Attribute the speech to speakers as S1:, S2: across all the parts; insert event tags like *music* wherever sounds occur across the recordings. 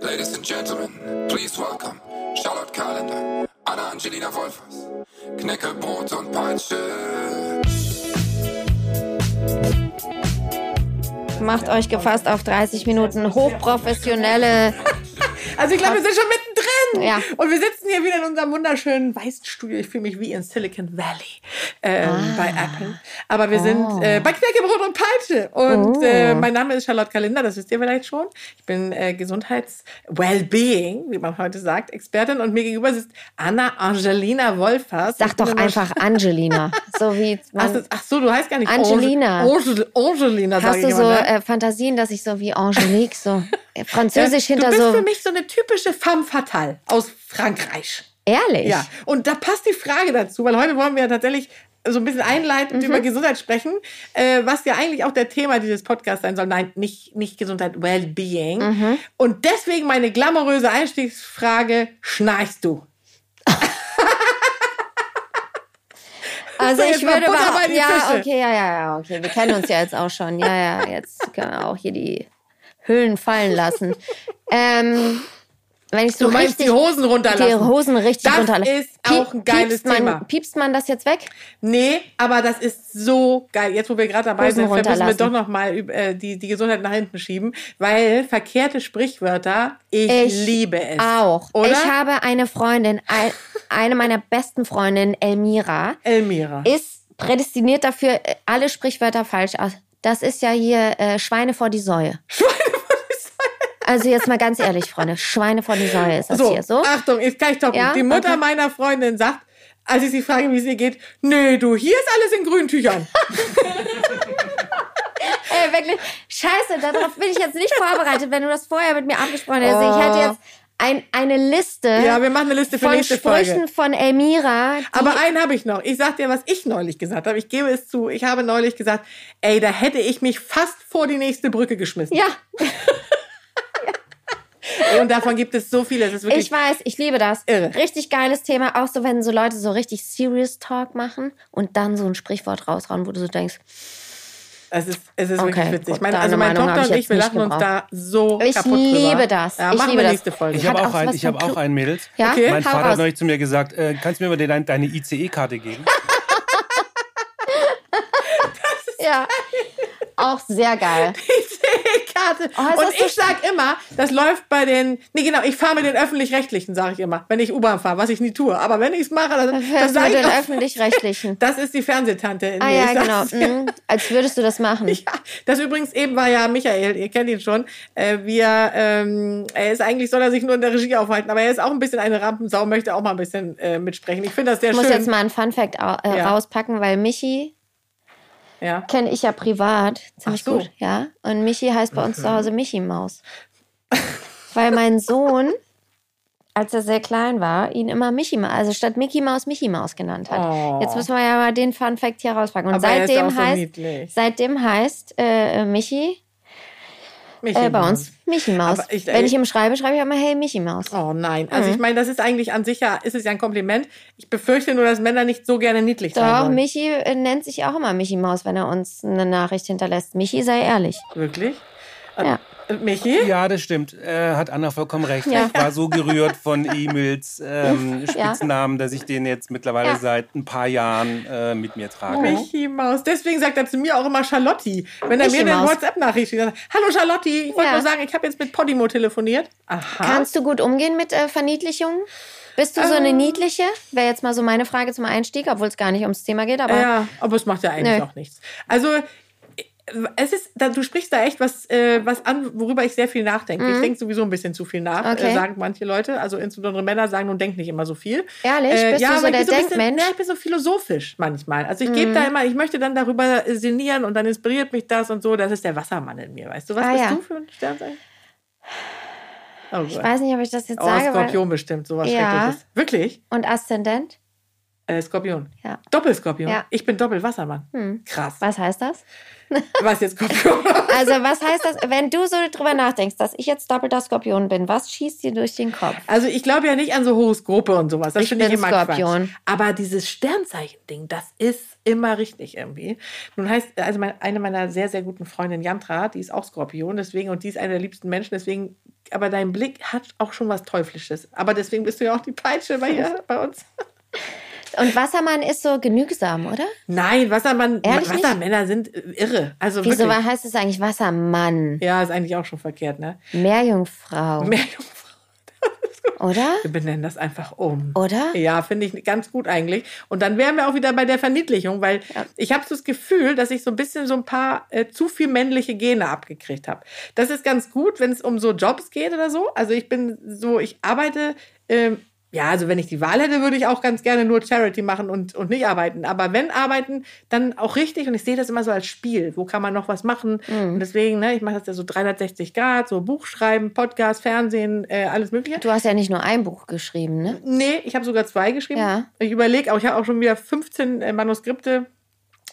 S1: Ladies and Gentlemen, please welcome Charlotte Kalender, Anna Angelina Wolfers, Knäckebrot und Peitsche.
S2: Macht euch gefasst auf 30 Minuten hochprofessionelle.
S3: Also ich glaube, wir sind schon mittendrin.
S2: Ja.
S3: Und wir sitzen hier wieder in unserem wunderschönen weißen Studio. Ich fühle mich wie in Silicon Valley ähm,
S2: Ah.
S3: bei Apple. Aber wir
S2: Oh.
S3: sind äh, bei Knäckebrot und Peitsche. Und äh, mein Name ist Charlotte Kalender, das wisst ihr vielleicht schon. Ich bin äh, Gesundheits-Wellbeing, wie man heute sagt, Expertin. Und mir gegenüber sitzt Anna Angelina Wolfers. Ich
S2: Sag
S3: bin
S2: doch
S3: immer-
S2: einfach Angelina. So wie
S3: Ach,
S2: man,
S3: das- ach so, du heißt gar nicht
S2: Angelina.
S3: Ange- Angelina, sag
S2: Hast
S3: ich
S2: du
S3: immer,
S2: so
S3: ne?
S2: äh, Fantasien, dass ich so wie Angelique, so äh, französisch
S3: Ja,
S2: hinter
S3: Du bist
S2: so.
S3: für mich so eine typische femme fatale aus Frankreich.
S2: Ehrlich?
S3: Ja, und da passt die Frage dazu, weil heute wollen wir ja tatsächlich so ein bisschen
S2: Mhm.
S3: einleitend über Gesundheit sprechen, äh, was ja eigentlich auch der Thema dieses Podcasts sein soll. Nein, nicht, nicht Gesundheit, Wellbeing.
S2: Mhm.
S3: Und deswegen meine glamouröse Einstiegsfrage, schnarchst du?
S2: Also
S3: So,
S2: ich
S3: jetzt mal
S2: würde
S3: Butter bei
S2: behaupten,
S3: die
S2: ja,
S3: Fische.
S2: okay, ja, ja, ja, okay. Wir kennen uns ja jetzt auch schon. Ja, ja, jetzt können wir auch hier die Hüllen fallen lassen. Ähm, wenn ich so
S3: Du meinst
S2: richtig
S3: die Hosen runterlassen?
S2: die Hosen richtig
S3: Das
S2: runterla-
S3: ist auch ein geiles
S2: piepst man,
S3: Thema.
S2: Piepst man das jetzt weg?
S3: Nee, aber das ist so geil. Jetzt, wo wir gerade dabei
S2: Hosen
S3: sind, müssen wir
S2: runterlassen.
S3: doch noch mal äh, die, die Gesundheit nach hinten schieben, weil verkehrte Sprichwörter, ich, liebe es.
S2: Auch.
S3: Oder?
S2: Ich habe eine Freundin, ein, eine meiner besten Freundinnen, Elmira,
S3: Elmira.
S2: ist prädestiniert dafür, äh, alle Sprichwörter falsch aus. Das ist ja hier äh, Schweine vor die
S3: *laughs*
S2: Säue. Also jetzt mal ganz ehrlich, Freunde, Schweine vor die Säue ist das
S3: so, Ah.
S2: hier so.
S3: Achtung, jetzt kann ich toppen.
S2: Ja,
S3: die Mutter
S2: okay.
S3: meiner Freundin sagt, als ich sie frage, wie es ihr geht, nö, du, hier ist alles in
S2: *laughs*
S3: grünen Tüchern.
S2: Ey, Äh, wirklich, scheiße, darauf bin ich jetzt nicht vorbereitet, wenn du das vorher mit mir abgesprochen hättest.
S3: Oh.
S2: Ich hätte jetzt ein, eine Liste
S3: ja, wir machen eine Liste für
S2: von
S3: nächste
S2: Sprüchen
S3: Folge.
S2: von Elmira. die-
S3: Aber einen habe ich noch. Ich sag dir, was ich neulich gesagt habe. Ich gebe es zu. Ich habe neulich gesagt, ey, da hätte ich mich fast vor die nächste Brücke geschmissen.
S2: ja,
S3: Ey, Und davon gibt es so viele. Es ist wirklich
S2: ich weiß, ich liebe das.
S3: Irre.
S2: Richtig geiles Thema, auch so, wenn so Leute so richtig Serious Talk machen und dann so ein Sprichwort raushauen, wo du so denkst,
S3: Es ist, es ist
S2: Okay,
S3: wirklich witzig.
S2: gut,
S3: Ich meine,
S2: deine
S3: also meine
S2: Meinung
S3: Tochter
S2: habe ich
S3: und ich,
S2: jetzt
S3: wir
S2: nicht
S3: lachen uns da so
S2: Ich
S3: kaputt
S2: liebe
S3: drüber.
S2: das.
S3: Ja,
S2: Ich
S3: machen
S2: liebe
S3: wir
S2: das.
S3: nächste Folge.
S2: Ich
S4: Ich habe
S2: Hat
S4: auch,
S2: auch
S4: einen,
S2: was
S4: ich habe
S2: von
S4: auch einen Mädels.
S2: ja,
S3: Okay.
S4: Mein
S2: hau
S4: Vater
S2: raus.
S4: hat neulich zu mir gesagt, äh, kannst du mir mal deine, deine
S2: *laughs*
S4: ICE-Karte geben?
S2: Ja, auch sehr geil.
S3: Karte.
S2: Oh, ist
S3: und
S2: das so
S3: ich sage immer, das läuft bei den. Nee, genau, ich fahre mit den öffentlich-rechtlichen, sage ich immer, wenn ich U-Bahn fahre, was ich nie tue. Aber wenn ich es mache, dann, dann
S2: Hörst du
S3: sage
S2: mit
S3: ich
S2: den
S3: auch, *laughs*
S2: Öffentlich-Rechtlichen.
S3: das ist die Fernsehtante. in
S2: Ah
S3: mir.
S2: ja,
S3: Ich
S2: genau.
S3: sag's dir.
S2: Mhm. Als würdest du das machen.
S3: *laughs* Ja, das übrigens eben war ja Michael, ihr kennt ihn schon. Äh, wir, ähm, er ist eigentlich, soll er sich nur in der Regie aufhalten, aber er ist auch ein bisschen eine Rampensau, möchte auch mal ein bisschen äh, mitsprechen. Ich finde das sehr
S2: Ich
S3: schön.
S2: muss jetzt mal einen Fun-Fact au- äh,
S3: Ja.
S2: rauspacken, weil Michi
S3: ja.
S2: kenne ich ja privat ziemlich
S3: Ach so. Mhm.
S2: gut, ja. Und Michi heißt bei uns zu Hause Michi Maus. Weil mein Sohn, als er sehr klein war, ihn immer Michi Maus, also statt Mickey Maus Michi Maus genannt hat.
S3: Oh.
S2: Jetzt müssen wir ja mal den Fun Fact hier rauspacken. Und
S3: Aber er ist
S2: seitdem,
S3: auch so niedlich.
S2: heißt, seitdem heißt äh, Michi
S3: Michi
S2: äh, bei
S3: Maus.
S2: uns Michi Maus.
S3: Aber ich-
S2: Wenn ich
S3: ich-
S2: ihm schreibe, schreibe ich immer Hey Michi Maus.
S3: Oh nein, also
S2: Mhm.
S3: ich meine, das ist eigentlich an sich ja, ist es ja ein Kompliment. Ich befürchte nur, dass Männer nicht so gerne niedlich sein
S2: Doch,
S3: wollen.
S2: Michi äh, nennt sich auch immer Michi Maus, wenn er uns eine Nachricht hinterlässt. Michi, sei ehrlich.
S3: Wirklich?
S2: Ja.
S3: Äh, Michi?
S4: ja, das stimmt. Äh, hat Anna vollkommen recht.
S2: Ja.
S4: Ich war so gerührt von Emils ähm,
S2: Ja.
S4: Spitznamen, dass ich den jetzt mittlerweile
S2: Ja. Oh.
S4: seit ein paar Jahren äh, mit mir trage.
S3: Michi Maus. Deswegen sagt er zu mir auch immer Charlotti. Wenn er
S2: Michi
S3: mir eine
S2: Maus.
S3: WhatsApp-Nachricht schickt, hallo Charlotti, ich wollte
S2: Ja.
S3: nur sagen, ich habe jetzt mit Podimo telefoniert. Aha.
S2: Kannst du gut umgehen mit äh, Verniedlichungen? Bist du so
S3: Ähm.
S2: eine niedliche? Wäre jetzt mal so meine Frage zum Einstieg, obwohl es gar nicht ums Thema geht, aber
S3: Ja, aber es macht ja eigentlich
S2: Nö.
S3: auch nichts. Also es ist, da, du sprichst da echt was, äh, was an, worüber ich sehr viel nachdenke. Ich denke sowieso ein bisschen zu viel nach, äh,
S2: Mhm. Okay.
S3: sagen manche Leute. Also insbesondere Männer sagen nun denk nicht immer so viel.
S2: Ehrlich? Bist du so
S3: weil
S2: der
S3: ich bin ein bisschen-
S2: Denkmensch? Mhm.
S3: Ja, ich bin so philosophisch manchmal. Also ich gebe da immer, ich möchte dann darüber äh, sinnieren und dann inspiriert mich das und so. Das ist der Wassermann in mir, weißt du? Was
S2: Ah,
S3: bist
S2: ja.
S3: du für ein Sternzeichen? Oh,
S2: ich weiß nicht, ob ich das jetzt
S3: Oh,
S2: sage.
S3: Skorpion
S2: Weil
S3: bestimmt, sowas
S2: Ja.
S3: Schreckliches. Wirklich?
S2: und Aszendent?
S3: Äh, Äh, Skorpion.
S2: Ja.
S3: Doppelskorpion.
S2: Ja. Hm.
S3: Ich bin Doppelwassermann. Krass.
S2: Was heißt das?
S3: Was jetzt Skorpion?
S2: Also, was heißt das, wenn du so drüber nachdenkst, dass ich jetzt doppelter Skorpion bin, was schießt dir durch den Kopf?
S3: Also ich glaube ja nicht an so Horoskope und sowas. Das
S2: Ich
S3: finde ich
S2: bin
S3: immer
S2: Skorpion.
S3: Quatsch. Aber dieses Sternzeichen-Ding, das ist immer richtig irgendwie. Nun heißt, also mein, eine meiner sehr, sehr guten Freundinnen, Yantra, die ist auch Skorpion, deswegen, und die ist einer der liebsten Menschen, deswegen, aber dein Blick hat auch schon was Teuflisches. Aber deswegen bist du ja auch die Peitsche bei, hier, bei uns.
S2: Und Wassermann ist so genügsam, oder?
S3: Nein, Wassermann,
S2: Ehrlich nicht?
S3: Wassermänner sind irre. Also
S2: Wieso
S3: wirklich.
S2: heißt es eigentlich Wassermann?
S3: Ja, ist eigentlich auch schon verkehrt, ne?
S2: Meerjungfrau,
S3: Mehr Jungfrau.
S2: oder?
S3: Wir benennen das einfach um.
S2: Oder?
S3: Ja, finde ich ganz gut eigentlich. Und dann wären wir auch wieder bei der Verniedlichung, weil ich habe so das Gefühl, dass ich so ein bisschen so ein paar äh, zu viel männliche Gene abgekriegt habe. Das ist ganz gut, wenn es um so Jobs geht oder so. Also ich bin so, ich arbeite. Ähm, ja, also wenn ich die Wahl hätte, würde ich auch ganz gerne nur Charity machen und, und nicht arbeiten. Aber wenn arbeiten, dann auch richtig. Und ich sehe das immer so als Spiel. Wo kann man noch was machen? Und deswegen, ne, ich mache das ja so 360 Grad, so Buch schreiben, Podcast, Fernsehen, äh, alles Mögliche.
S2: Du hast ja nicht nur ein Buch geschrieben, ne?
S3: Nee, ich habe sogar zwei geschrieben.
S2: Ja.
S3: Ich überlege, aber ich habe auch schon wieder 15 äh, Manuskripte,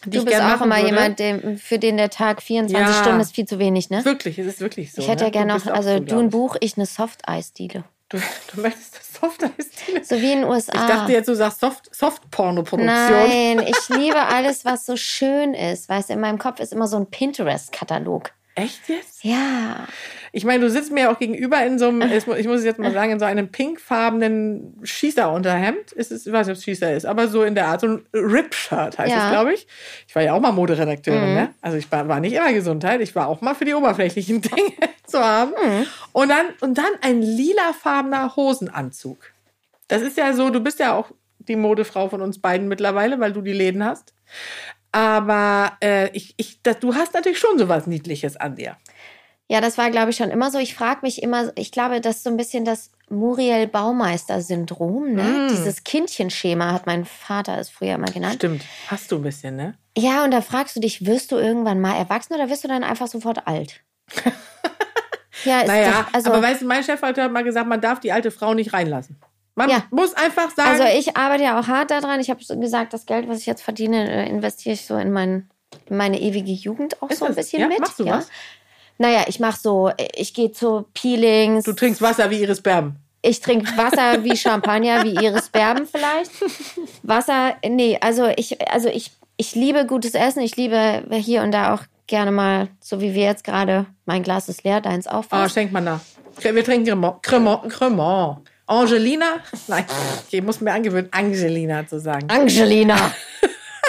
S3: die
S2: Du
S3: ich
S2: bist
S3: gerne
S2: auch
S3: machen
S2: immer
S3: würde.
S2: jemand, dem, für den der Tag 24
S3: Ja.
S2: Stunden ist viel zu wenig, ne?
S3: Wirklich, es ist wirklich so.
S2: ich hätte
S3: ne?
S2: ja gerne
S3: Du
S2: noch,
S3: bist
S2: also
S3: so,
S2: du
S3: glaub
S2: ein
S3: ich.
S2: Buch, ich eine Soft-Eis-Diele.
S3: Du, du möchtest das soft eis
S2: So wie in den USA.
S3: Ich dachte jetzt, du sagst Soft- Soft-Porno-Produktion.
S2: Nein, ich liebe alles, was so schön ist. Weißt du, in meinem Kopf ist immer so ein Pinterest-Katalog.
S3: Echt jetzt?
S2: Ja.
S3: Ich meine, du sitzt mir ja auch gegenüber in so einem, es mu- ich muss es jetzt mal sagen, in so einem pinkfarbenen Schießer-Unterhemd. Ist es, ich weiß nicht, ob es Schießer ist, aber so in der Art, so ein Rip-Shirt heißt
S2: Ja.
S3: es, glaube ich. Ich war ja auch mal Moderedakteurin, ne? Also ich war, war nicht immer Gesundheit, ich war auch mal für die oberflächlichen *laughs* Dinge zu haben. Und dann, und dann ein lilafarbener Hosenanzug. Das ist ja so, du bist ja auch die Modefrau von uns beiden mittlerweile, weil du die Läden hast. Aber äh, ich, ich, das, du hast natürlich schon sowas Niedliches an dir.
S2: Ja, das war, glaube ich, schon immer so. Ich frage mich immer, ich glaube, das ist so ein bisschen das Muriel-Baumeister-Syndrom, ne?
S3: Mm.
S2: Dieses Kindchenschema hat mein Vater es früher immer genannt.
S3: Stimmt, hast du ein bisschen, ne?
S2: Ja, und da fragst du dich, wirst du irgendwann mal erwachsen oder wirst du dann einfach sofort
S3: *laughs*
S2: alt? ja, ist
S3: Naja,
S2: doch, also,
S3: aber weißt du, mein Chef hat ja mal gesagt, man darf die alte Frau nicht reinlassen. Man
S2: Ja.
S3: muss einfach sagen,
S2: also ich arbeite ja auch hart daran. Ich habe so gesagt, das Geld, was ich jetzt verdiene, äh, investiere ich so in, mein, in meine ewige Jugend auch
S3: Ist
S2: so ein
S3: das-
S2: bisschen
S3: ja?
S2: mit.
S3: Machst du
S2: ja.
S3: was?
S2: Naja, ich mache so, ich gehe zu Peelings,
S3: du trinkst Wasser wie Iris Berben.
S2: Ich trinke
S3: *laughs*
S2: Wasser wie Champagner, wie ihres Berben vielleicht. Wasser, nee, also ich, also ich, ich liebe gutes Essen. Ich liebe hier und da auch gerne mal, so wie wir jetzt gerade, mein Glas ist leer, deins auch.
S3: Oh,
S2: fast.
S3: schenk mal nach. Wir trinken Cremant. Cremant. Cremant. Angelina? *laughs* Nein, ich muss mir angewöhnen, Angelina zu sagen. *laughs*
S2: Angelina.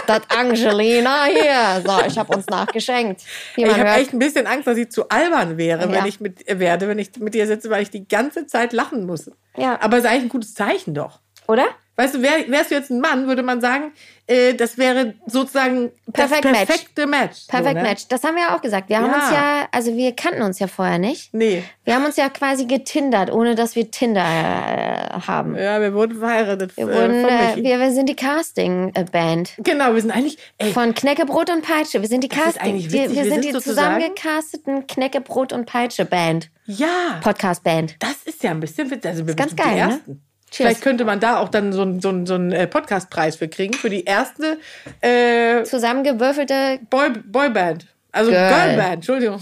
S2: Das Angelina hier. So, ich habe uns nachgeschenkt. Wie
S3: ich
S2: man
S3: habe
S2: hört.
S3: echt ein bisschen Angst, dass ich zu albern wäre,
S2: Ja.
S3: wenn ich mit äh, werde, wenn ich mit dir sitze, weil ich die ganze Zeit lachen muss.
S2: Ja.
S3: Aber es ist eigentlich ein gutes Zeichen doch.
S2: Oder?
S3: Weißt du, wär, wärst du jetzt ein Mann, würde man sagen, äh, das wäre sozusagen
S2: Perfect
S3: das
S2: Match.
S3: perfekte Match.
S2: Perfect
S3: so, ne?
S2: Match. Das haben wir ja auch gesagt. Wir haben
S3: Ja.
S2: uns ja, also wir kannten uns ja vorher nicht.
S3: Nee.
S2: Wir haben uns ja quasi getindert, ohne dass wir Tinder äh, haben.
S3: Ja, wir wurden verheiratet.
S2: Wir,
S3: äh,
S2: wurden,
S3: von
S2: äh,
S3: Michi.
S2: wir, wir sind die Casting-Band.
S3: genau, wir sind eigentlich. Ey,
S2: Von Knäckebrot und Peitsche. Wir sind die
S3: ist
S2: Casting.
S3: eigentlich
S2: wir,
S3: witzig.
S2: wir
S3: Wir
S2: sind
S3: sind
S2: die
S3: sozusagen-
S2: zusammengecasteten Knäckebrot und Peitsche Band.
S3: ja,
S2: Podcast Band.
S3: das ist ja ein bisschen witzig. Also, wir
S2: ganz
S3: sind die
S2: geil, ne?
S3: Ersten. Vielleicht könnte man da auch dann so einen so einen- so einen, äh, Podcastpreis für kriegen, für die erste äh,
S2: Zusammengewürfelte
S3: Boy, Boyband. Also
S2: Girl.
S3: Girlband, Entschuldigung.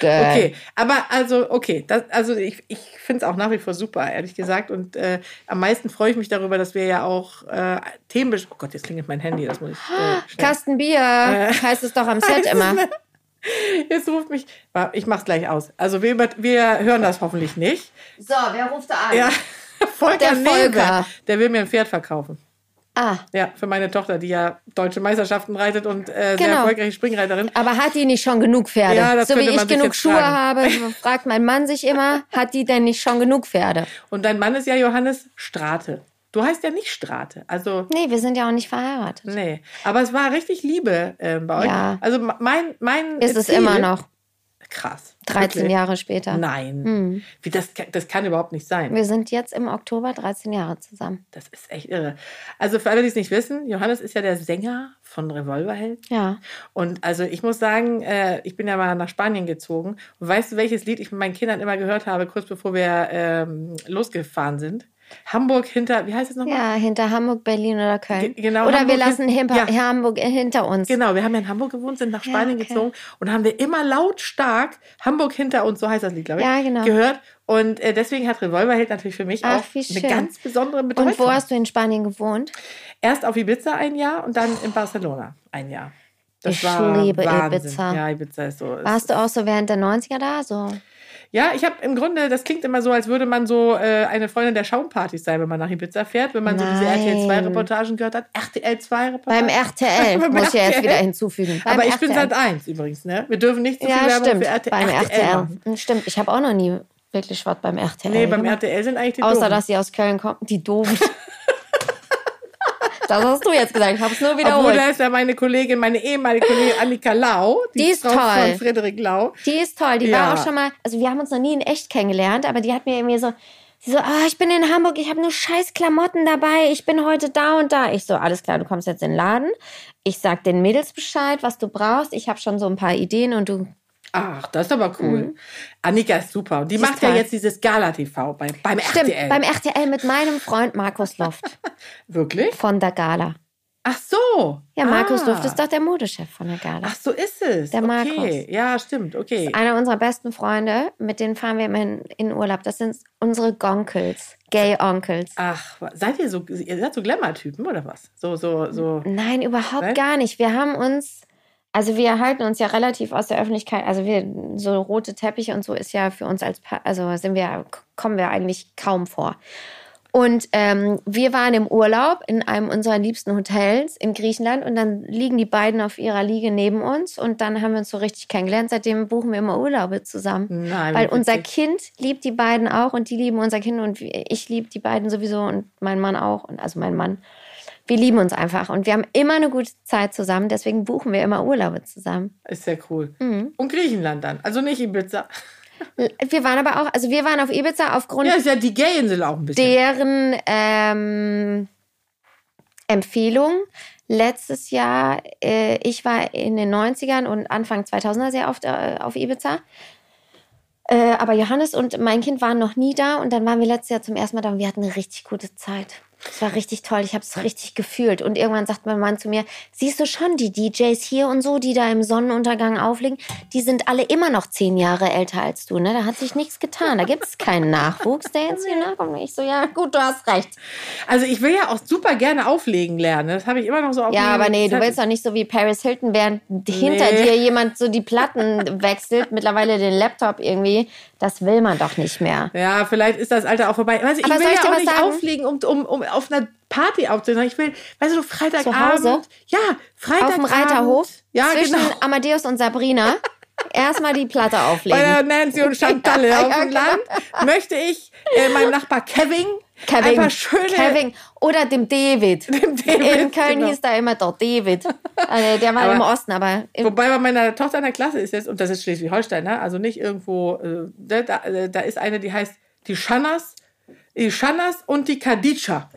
S2: Girl.
S3: Okay, aber also, okay, das, also ich, ich finde es auch nach wie vor super, ehrlich gesagt. Und äh, am meisten freue ich mich darüber, dass wir ja auch äh, Themen besch- Oh Gott, jetzt klingelt mein Handy, das muss ich.
S2: Ah,
S3: Äh, schnell-
S2: Kasten Bier
S3: Äh.
S2: heißt es doch am
S3: *laughs*
S2: Set immer.
S3: jetzt ruft mich. Wa- Ich mach's gleich aus. Also wir, über- wir hören das
S2: *laughs*
S3: hoffentlich nicht.
S2: So, wer ruft da an?
S3: Ja. Volker
S2: Der Volker.
S3: Neger, der will mir ein Pferd verkaufen.
S2: Ah,
S3: Ja, für meine Tochter, die ja deutsche Meisterschaften reitet und äh, sehr
S2: Genau.
S3: erfolgreiche Springreiterin.
S2: aber hat die nicht schon genug Pferde?
S3: Ja, das
S2: so wie
S3: könnte
S2: ich
S3: man sich
S2: genug
S3: jetzt
S2: Schuhe
S3: fragen. *laughs*
S2: habe, fragt mein Mann sich immer, hat die denn nicht schon genug Pferde?
S3: Und dein Mann ist ja Johannes Strate. Du heißt ja nicht Strate. Also
S2: Nee, wir sind ja auch nicht verheiratet.
S3: Nee, aber es war richtig Liebe ähm, bei euch.
S2: Ja.
S3: Also ma- mein mein
S2: Ist es
S3: Ziel-
S2: immer noch,
S3: krass.
S2: 13
S3: wirklich.
S2: Jahre später. Hm.
S3: Nein. Wie das ka- das kann überhaupt nicht sein.
S2: Wir sind jetzt im Oktober 13 Jahre zusammen.
S3: Das ist echt irre. Also für alle, die es nicht wissen, Johannes ist ja der Sänger von Revolverheld.
S2: Ja.
S3: Und also ich muss sagen, äh, ich bin ja mal nach Spanien gezogen. Und weißt du, welches Lied ich mit meinen Kindern immer gehört habe, kurz bevor wir ähm, losgefahren sind? Hamburg hinter, wie heißt es nochmal?
S2: Ja, hinter Hamburg, Berlin oder Köln.
S3: Ge- genau,
S2: oder wir
S3: Hamburg
S2: lassen
S3: hin-
S2: Himpa-
S3: ja.
S2: Hamburg hinter uns.
S3: Genau, wir haben ja in Hamburg gewohnt, sind nach Spanien
S2: okay.
S3: gezogen und haben wir immer lautstark Hamburg hinter uns, so heißt das Lied, glaube ich,
S2: Ja, genau.
S3: gehört. Und äh, deswegen hat Revolverheld natürlich für mich
S2: Ach,
S3: auch
S2: wie
S3: eine
S2: schön.
S3: ganz besondere Bedeutung.
S2: Und wo hast du in Spanien gewohnt?
S3: Erst auf Ibiza ein Jahr und dann in Barcelona ein Jahr.
S2: Ich liebe Ibiza.
S3: Ja, Ibiza ist so. Ist,
S2: Warst du auch so während der 90er da? So.
S3: ja, ich habe im Grunde, das klingt immer so, als würde man so äh, eine Freundin der Schaumpartys sein, wenn man nach Ibiza fährt, wenn man so diese
S2: Nein.
S3: RTL 2 Reportagen gehört hat. RTL 2 Reportagen.
S2: Beim
S3: *laughs*
S2: RTL,
S3: Beim
S2: muss ich ja jetzt
S3: RTL.
S2: wieder hinzufügen. Beim
S3: Aber ich bin
S2: RTL.
S3: seit eins übrigens, ne? Wir dürfen nicht zu viel
S2: Ja,
S3: Werbung
S2: stimmt.
S3: für RTL,
S2: beim RTL.
S3: machen.
S2: Stimmt, ich habe auch noch nie wirklich was beim RTL.
S3: genau. Nee, beim
S2: gemacht.
S3: RTL sind eigentlich die
S2: Außer,
S3: Doofen.
S2: dass sie aus Köln kommen. Die Doofen. *laughs* das hast du jetzt gesagt. Ich habe es nur
S3: Obwohl,
S2: wiederholt.
S3: da ist ja meine Kollegin, meine ehemalige Kollegin Annika Lau.
S2: Die ist
S3: Frau
S2: toll.
S3: von Frederik Lau.
S2: Die ist toll. Die
S3: Ja.
S2: war auch schon mal, also wir haben uns noch nie in echt kennengelernt, aber die hat mir irgendwie so, sie so, ah, ich bin in Hamburg, ich habe nur scheiß Klamotten dabei, ich bin heute da und da. Ich so, alles klar, du kommst jetzt in den Laden. Ich sag den Mädels Bescheid, was du brauchst. Ich habe schon so ein paar Ideen und du.
S3: Ach, das ist aber cool. Annika ist super. Und die
S2: Sie Mhm. ist
S3: macht ja
S2: toll.
S3: jetzt dieses Gala-TV bei, beim
S2: Stimmt,
S3: RTL.
S2: beim RTL mit meinem Freund Markus Luft
S3: Wirklich?
S2: von der Gala.
S3: Ach so. Ah.
S2: Ja, Markus Luft ist
S3: da.
S2: doch der Modechef von der Gala.
S3: Ach, so ist es.
S2: Der
S3: okay.
S2: Markus.
S3: Ja, stimmt. Okay.
S2: Einer unserer besten Freunde, mit denen fahren wir immer in, in Urlaub. Das sind unsere Gonkels, Gay-Onkels.
S3: Ach, wa- seid ihr so, ihr seid so Glamour-Typen oder was? So, so, so.
S2: Nein, überhaupt
S3: Nein?
S2: gar nicht. Wir haben uns, also wir halten uns ja relativ aus der Öffentlichkeit, also wir, so rote Teppiche und so ist ja für uns als, Pa- also sind wir, kommen wir eigentlich kaum vor. Und ähm, wir waren im Urlaub in einem unserer liebsten Hotels in Griechenland und dann liegen die beiden auf ihrer Liege neben uns und dann haben wir uns so richtig kennengelernt. Seitdem buchen wir immer Urlaube zusammen.
S3: Nein,
S2: Weil
S3: wie
S2: unser
S3: witzig.
S2: Kind liebt die beiden auch und die lieben unser Kind und ich liebe die beiden sowieso und mein Mann auch und also mein Mann. Wir lieben uns einfach und wir haben immer eine gute Zeit zusammen, deswegen buchen wir immer Urlaube zusammen.
S3: Ist sehr cool.
S2: Mhm.
S3: Und Griechenland dann. Also nicht Ibiza.
S2: Wir waren aber auch, also wir waren auf Ibiza aufgrund
S3: Ja, ist ja die Gay-Insel auch ein bisschen.
S2: deren ähm, Empfehlung. Letztes Jahr, äh, ich war in den 90ern und Anfang 2000er sehr oft äh, auf Ibiza. Äh, aber Johannes und mein Kind waren noch nie da und dann waren wir letztes Jahr zum ersten Mal da und wir hatten eine richtig gute Zeit. Es war richtig toll, ich habe es richtig gefühlt. Und irgendwann sagt mein Mann zu mir, siehst du schon, die DJs hier und so, die da im Sonnenuntergang auflegen, die sind alle immer noch zehn Jahre älter als du. Ne? Da hat sich nichts getan, da gibt es keinen Nachwuchs, der jetzt hier nachkommt. Und ich so, ja gut, du hast recht.
S3: Also ich will ja auch super gerne auflegen lernen. Das habe ich immer noch so auf
S2: Ja,
S3: dem-
S2: aber nee, du
S3: das-
S2: willst doch nicht so wie Paris Hilton, während hinter dir jemand so die Platten *laughs* wechselt, mittlerweile den Laptop irgendwie. Das will man doch nicht mehr.
S3: Ja, vielleicht ist das Alter auch vorbei. Weißt, du, ich
S2: Aber
S3: will
S2: soll ich
S3: ja
S2: dir
S3: auch
S2: was
S3: nicht
S2: sagen?
S3: auflegen, um, um, um auf einer Party aufzunehmen. Ich will, weißt du, Freitagabend.
S2: Zu Hause?
S3: Ja,
S2: Auf
S3: Freitagabend.
S2: dem Reiterhof
S3: Ja,
S2: zwischen
S3: genau.
S2: Amadeus und
S3: *laughs*
S2: Sabrina erstmal die Platte
S3: Bei
S2: auflegen.
S3: der Nancy
S2: *laughs*
S3: und Chantalle
S2: Ja, genau.
S3: auf dem
S2: ja,
S3: Land möchte ich äh, meinem Nachbar Kevin, ein
S2: Kevin,
S3: paar schöne
S2: Kevin oder dem David.
S3: *laughs* Dem David,
S2: In Köln
S3: genau.
S2: hieß da immer der David. Also der war
S3: Aber-
S2: im Osten, aber im,
S3: Wobei bei meiner Tochter in der Klasse ist jetzt, und das ist Schleswig-Holstein, ne? also nicht irgendwo, äh, da, da, äh, da ist eine, die heißt die Schannas, die Schannas und die Kaditscha.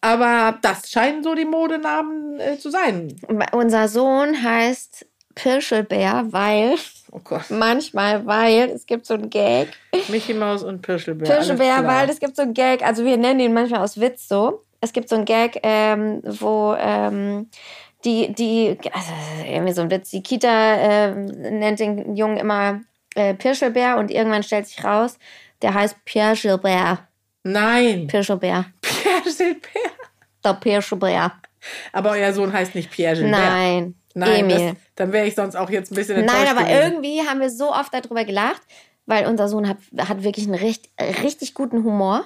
S3: Aber das scheinen so die Modenamen äh, zu sein.
S2: unser Sohn heißt Pirschelbär, weil *laughs*
S3: Oh Gott.
S2: manchmal, weil es gibt so einen Gag.
S3: Mickey Maus und Pirschelbär.
S2: Pirschenbär,
S3: alles klar.
S2: weil es gibt so einen Gag, also wir nennen ihn manchmal aus Witz so. Es gibt so einen Gag, ähm, wo ähm, die, die, also irgendwie so ein Witz, die Kita ähm, nennt den Jungen immer äh, Pirschelbär und irgendwann stellt sich raus, der heißt Pirschelbär.
S3: Nein,
S2: Pirschelbär.
S3: *laughs* Pirschelbär.
S2: Der Pirschelbär.
S3: Aber euer Sohn heißt nicht Pirschelbär.
S2: Nein.
S3: Nein,
S2: Emil.
S3: das, dann wäre ich sonst auch jetzt ein bisschen enttäuscht.
S2: Nein, aber
S3: gewesen.
S2: irgendwie haben wir so oft darüber gelacht, weil unser Sohn hat, hat wirklich einen richtig, richtig guten Humor.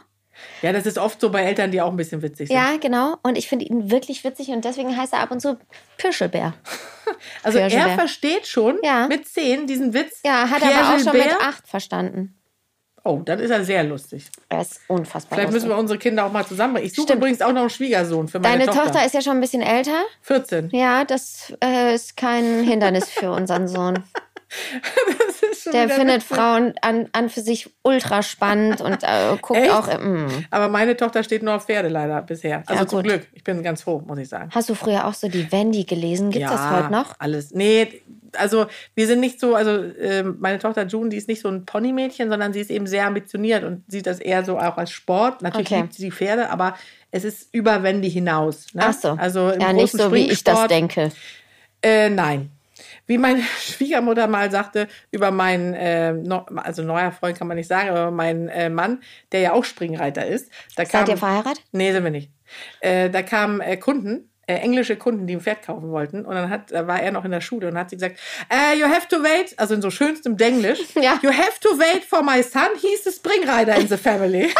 S3: Ja, das ist oft so bei Eltern, die auch ein bisschen witzig sind.
S2: Ja, genau. Und ich finde ihn wirklich witzig und deswegen heißt er ab und zu Pirschelbär.
S3: also er
S2: Pirschelbär.
S3: versteht schon
S2: Ja.
S3: mit 10 diesen Witz.
S2: Ja, hat er aber auch schon mit
S3: Pirschelbär.
S2: acht verstanden.
S3: Oh, dann ist er sehr lustig.
S2: Er ist unfassbar
S3: Vielleicht müssen
S2: lustig.
S3: wir unsere Kinder auch mal zusammenbringen. Ich suche
S2: Stimmt.
S3: übrigens auch noch einen Schwiegersohn für
S2: Deine
S3: meine Tochter.
S2: Tochter. ist ja schon ein bisschen älter.
S3: 14.
S2: Ja, das äh, ist kein Hindernis für unseren Sohn.
S3: *laughs* Das ist schon
S2: Der
S3: wieder
S2: findet
S3: witzig.
S2: Frauen an, an für sich ultra spannend und äh, guckt
S3: Echt?
S2: auch. mm.
S3: Aber meine Tochter steht nur auf Pferde leider bisher. Also zum
S2: gut.
S3: Glück. Ich bin ganz froh, muss ich sagen.
S2: Hast du früher auch so die Wendy gelesen? Gibt es das heute noch?
S3: Alles. Nee, also wir sind nicht so, also ähm, meine Tochter June, die ist nicht so ein Ponymädchen, sondern sie ist eben sehr ambitioniert und sieht das eher so auch als Sport. Natürlich
S2: Okay.
S3: liebt sie die Pferde, aber es ist über Wendy hinaus. Ne?
S2: Ach so.
S3: Also im
S2: ja, nicht
S3: großen
S2: so, wie ich das
S3: Springsport.
S2: denke.
S3: Äh, nein. Wie meine *laughs* Schwiegermutter mal sagte, über meinen, äh, neu- also neuer Freund kann man nicht sagen, aber über meinen äh, Mann, der ja auch Springreiter ist. Da
S2: Seid
S3: kam,
S2: ihr verheiratet?
S3: Nee, sind wir nicht. Äh, da kamen äh, Kunden, äh, englische Kunden, die ein Pferd kaufen wollten. Und dann hat, da war er noch in der Schule und hat sie gesagt, äh, you have to wait, also in so schönstem Denglisch,
S2: *laughs* Ja.
S3: you have to wait for my son, he's a Springrider in
S2: *laughs*
S3: the family.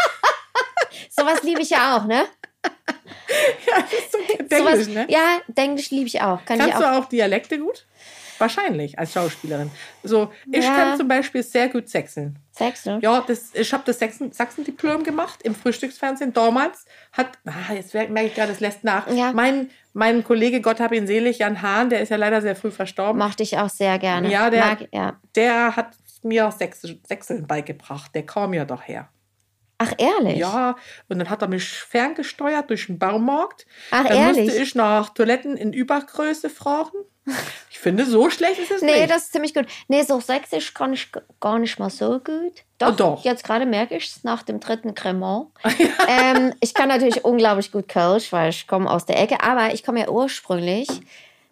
S2: Sowas liebe ich ja auch, ne?
S3: das ist so
S2: Sowas,
S3: Denglisch, ne?
S2: Ja, Englisch liebe ich auch. Kann
S3: Kannst
S2: ich auch.
S3: du auch Dialekte gut? Wahrscheinlich, als Schauspielerin. So, ich
S2: Ja.
S3: kann zum Beispiel sehr gut sechseln.
S2: Sex, ne?
S3: Ja, das, ich habe das Sachsen- Sachsen-Diplom gemacht im Frühstücksfernsehen. Damals hat, ah, jetzt merke ich gerade, das lässt nach.
S2: Ja.
S3: Mein, mein Kollege, Gott hab ihn selig, Jan Hahn, der ist ja leider sehr früh verstorben.
S2: Mochte ich auch sehr gerne.
S3: Ja, der-
S2: Mag, ja.
S3: Der hat mir auch Sächs- Sächseln beigebracht. Der kam ja doch her.
S2: Ach, ehrlich?
S3: Ja, und dann hat er mich ferngesteuert durch den Baumarkt.
S2: Ach,
S3: dann musste
S2: ehrlich?
S3: ich nach Toiletten in Übergröße fragen. Ich finde, so schlecht ist
S2: *laughs*
S3: es
S2: Nee,
S3: nicht.
S2: das ist ziemlich gut. Nee, so sächsisch kann ich g- gar nicht mal so gut. Doch,
S3: Oh, doch.
S2: jetzt gerade merke ich es nach dem dritten
S3: *laughs*
S2: Cremant. ähm, ich kann natürlich unglaublich gut Kölsch, weil ich komme aus der Ecke. Aber ich komme ja ursprünglich,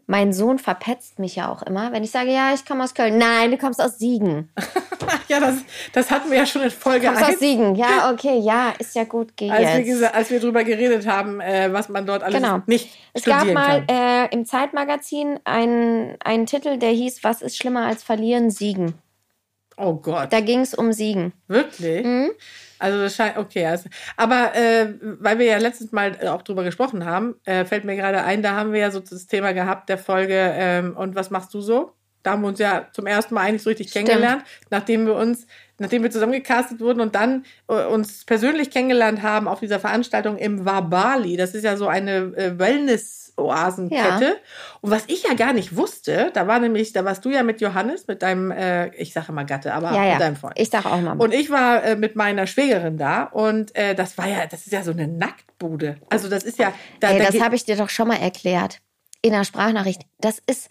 S2: mein Sohn verpetzt mich ja auch immer, wenn ich sage, ja, ich komme aus Köln. Nein, du kommst aus Siegen. Du
S3: ja, das, das hatten wir ja Also, schon in Folge
S2: kommst
S3: 1.
S2: aus Siegen. Ja, okay, ja, ist ja gut, geh
S3: Als wir,
S2: jetzt.
S3: gesa- als wir drüber geredet haben, äh, was man dort alles
S2: Genau.
S3: nicht
S2: Es gab
S3: studieren
S2: mal
S3: kann.
S2: äh, im Zeitmagazin einen, einen Titel, der hieß, was ist schlimmer als verlieren, siegen.
S3: Oh Gott,
S2: Da ging es um Siegen.
S3: wirklich?
S2: Mhm.
S3: Also das scheint, okay. Also, aber äh, weil wir ja letztens mal äh, auch drüber gesprochen haben, äh, fällt mir gerade ein, da haben wir ja so das Thema gehabt der Folge ähm, und was machst du so? Da haben wir uns ja zum ersten Mal eigentlich so richtig kennengelernt, nachdem wir uns, nachdem wir zusammengecastet wurden und dann äh, uns persönlich kennengelernt haben auf dieser Veranstaltung im Wabali. Das ist ja so eine äh, Wellness-Oasenkette. Und was ich ja gar nicht wusste, da war nämlich, da warst du ja mit Johannes, mit deinem, äh, ich sage mal Gatte, aber
S2: ja,
S3: Ah, mit
S2: ja.
S3: deinem Freund.
S2: Ich sag auch mal.
S3: Und ich war äh, mit meiner Schwägerin da und äh, das war ja, das ist ja so eine Nacktbude. Also das ist ja, da,
S2: Ey,
S3: da
S2: das
S3: geht-
S2: habe ich dir doch schon mal erklärt. In der Sprachnachricht. Das ist,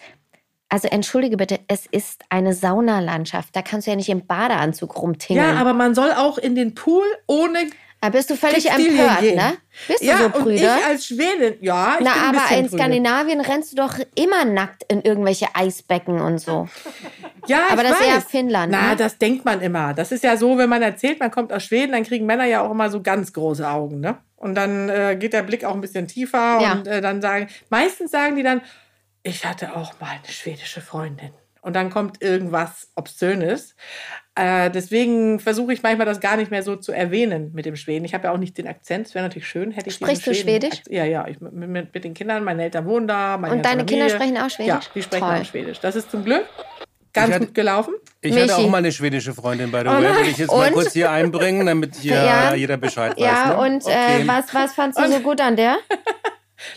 S2: also entschuldige bitte, es ist eine Saunalandschaft. Da kannst du ja nicht im Badeanzug rumtingeln.
S3: ja, aber man soll auch in den Pool ohne
S2: Da bist du völlig
S3: Textilien
S2: empört,
S3: gehen.
S2: ne? Bist
S3: ja,
S2: du so
S3: und
S2: prüde?
S3: ich als Schwedin, ja, ich
S2: Na,
S3: bin ein
S2: aber
S3: bisschen
S2: in
S3: prüde.
S2: Skandinavien rennst du doch immer nackt in irgendwelche Eisbecken und so.
S3: Ja,
S2: Aber
S3: ich
S2: das ist
S3: weiß.
S2: ja Finnland,
S3: Na,
S2: ne?
S3: das denkt man immer. Das ist ja so, wenn man erzählt, man kommt aus Schweden, dann kriegen Männer ja auch immer so ganz große Augen, ne? Und dann äh, geht der Blick auch ein bisschen tiefer
S2: Ja.
S3: und äh, dann sagen, meistens sagen die dann, ich hatte auch mal eine schwedische Freundin. Und dann kommt irgendwas Obszönes. Äh, deswegen versuche ich manchmal das gar nicht mehr so zu erwähnen mit dem Schweden. Ich habe ja auch nicht den Akzent. Es wäre natürlich schön, hätte ich
S2: Sprichst
S3: diesen
S2: du
S3: Schweden-
S2: Schwedisch?
S3: Ja, ja. Ich, mit, mit, mit den Kindern, meine Eltern wohnen da. Meine
S2: Und deine
S3: ganze
S2: Kinder
S3: Familie.
S2: sprechen auch Schwedisch?
S3: Ja, die sprechen
S2: Toll.
S3: auch Schwedisch. Das ist zum Glück ganz
S4: Ich hatte-
S3: gut gelaufen.
S4: Ich hatte
S2: Michi.
S4: auch mal eine schwedische Freundin, by the way. Will ich jetzt mal
S2: Und?
S4: kurz hier
S2: *laughs*
S4: einbringen, damit hier
S2: Ja.
S4: jeder Bescheid weiß.
S2: Ja,
S4: ne?
S2: und
S4: Okay.
S2: äh, was, was fandst du so gut an der?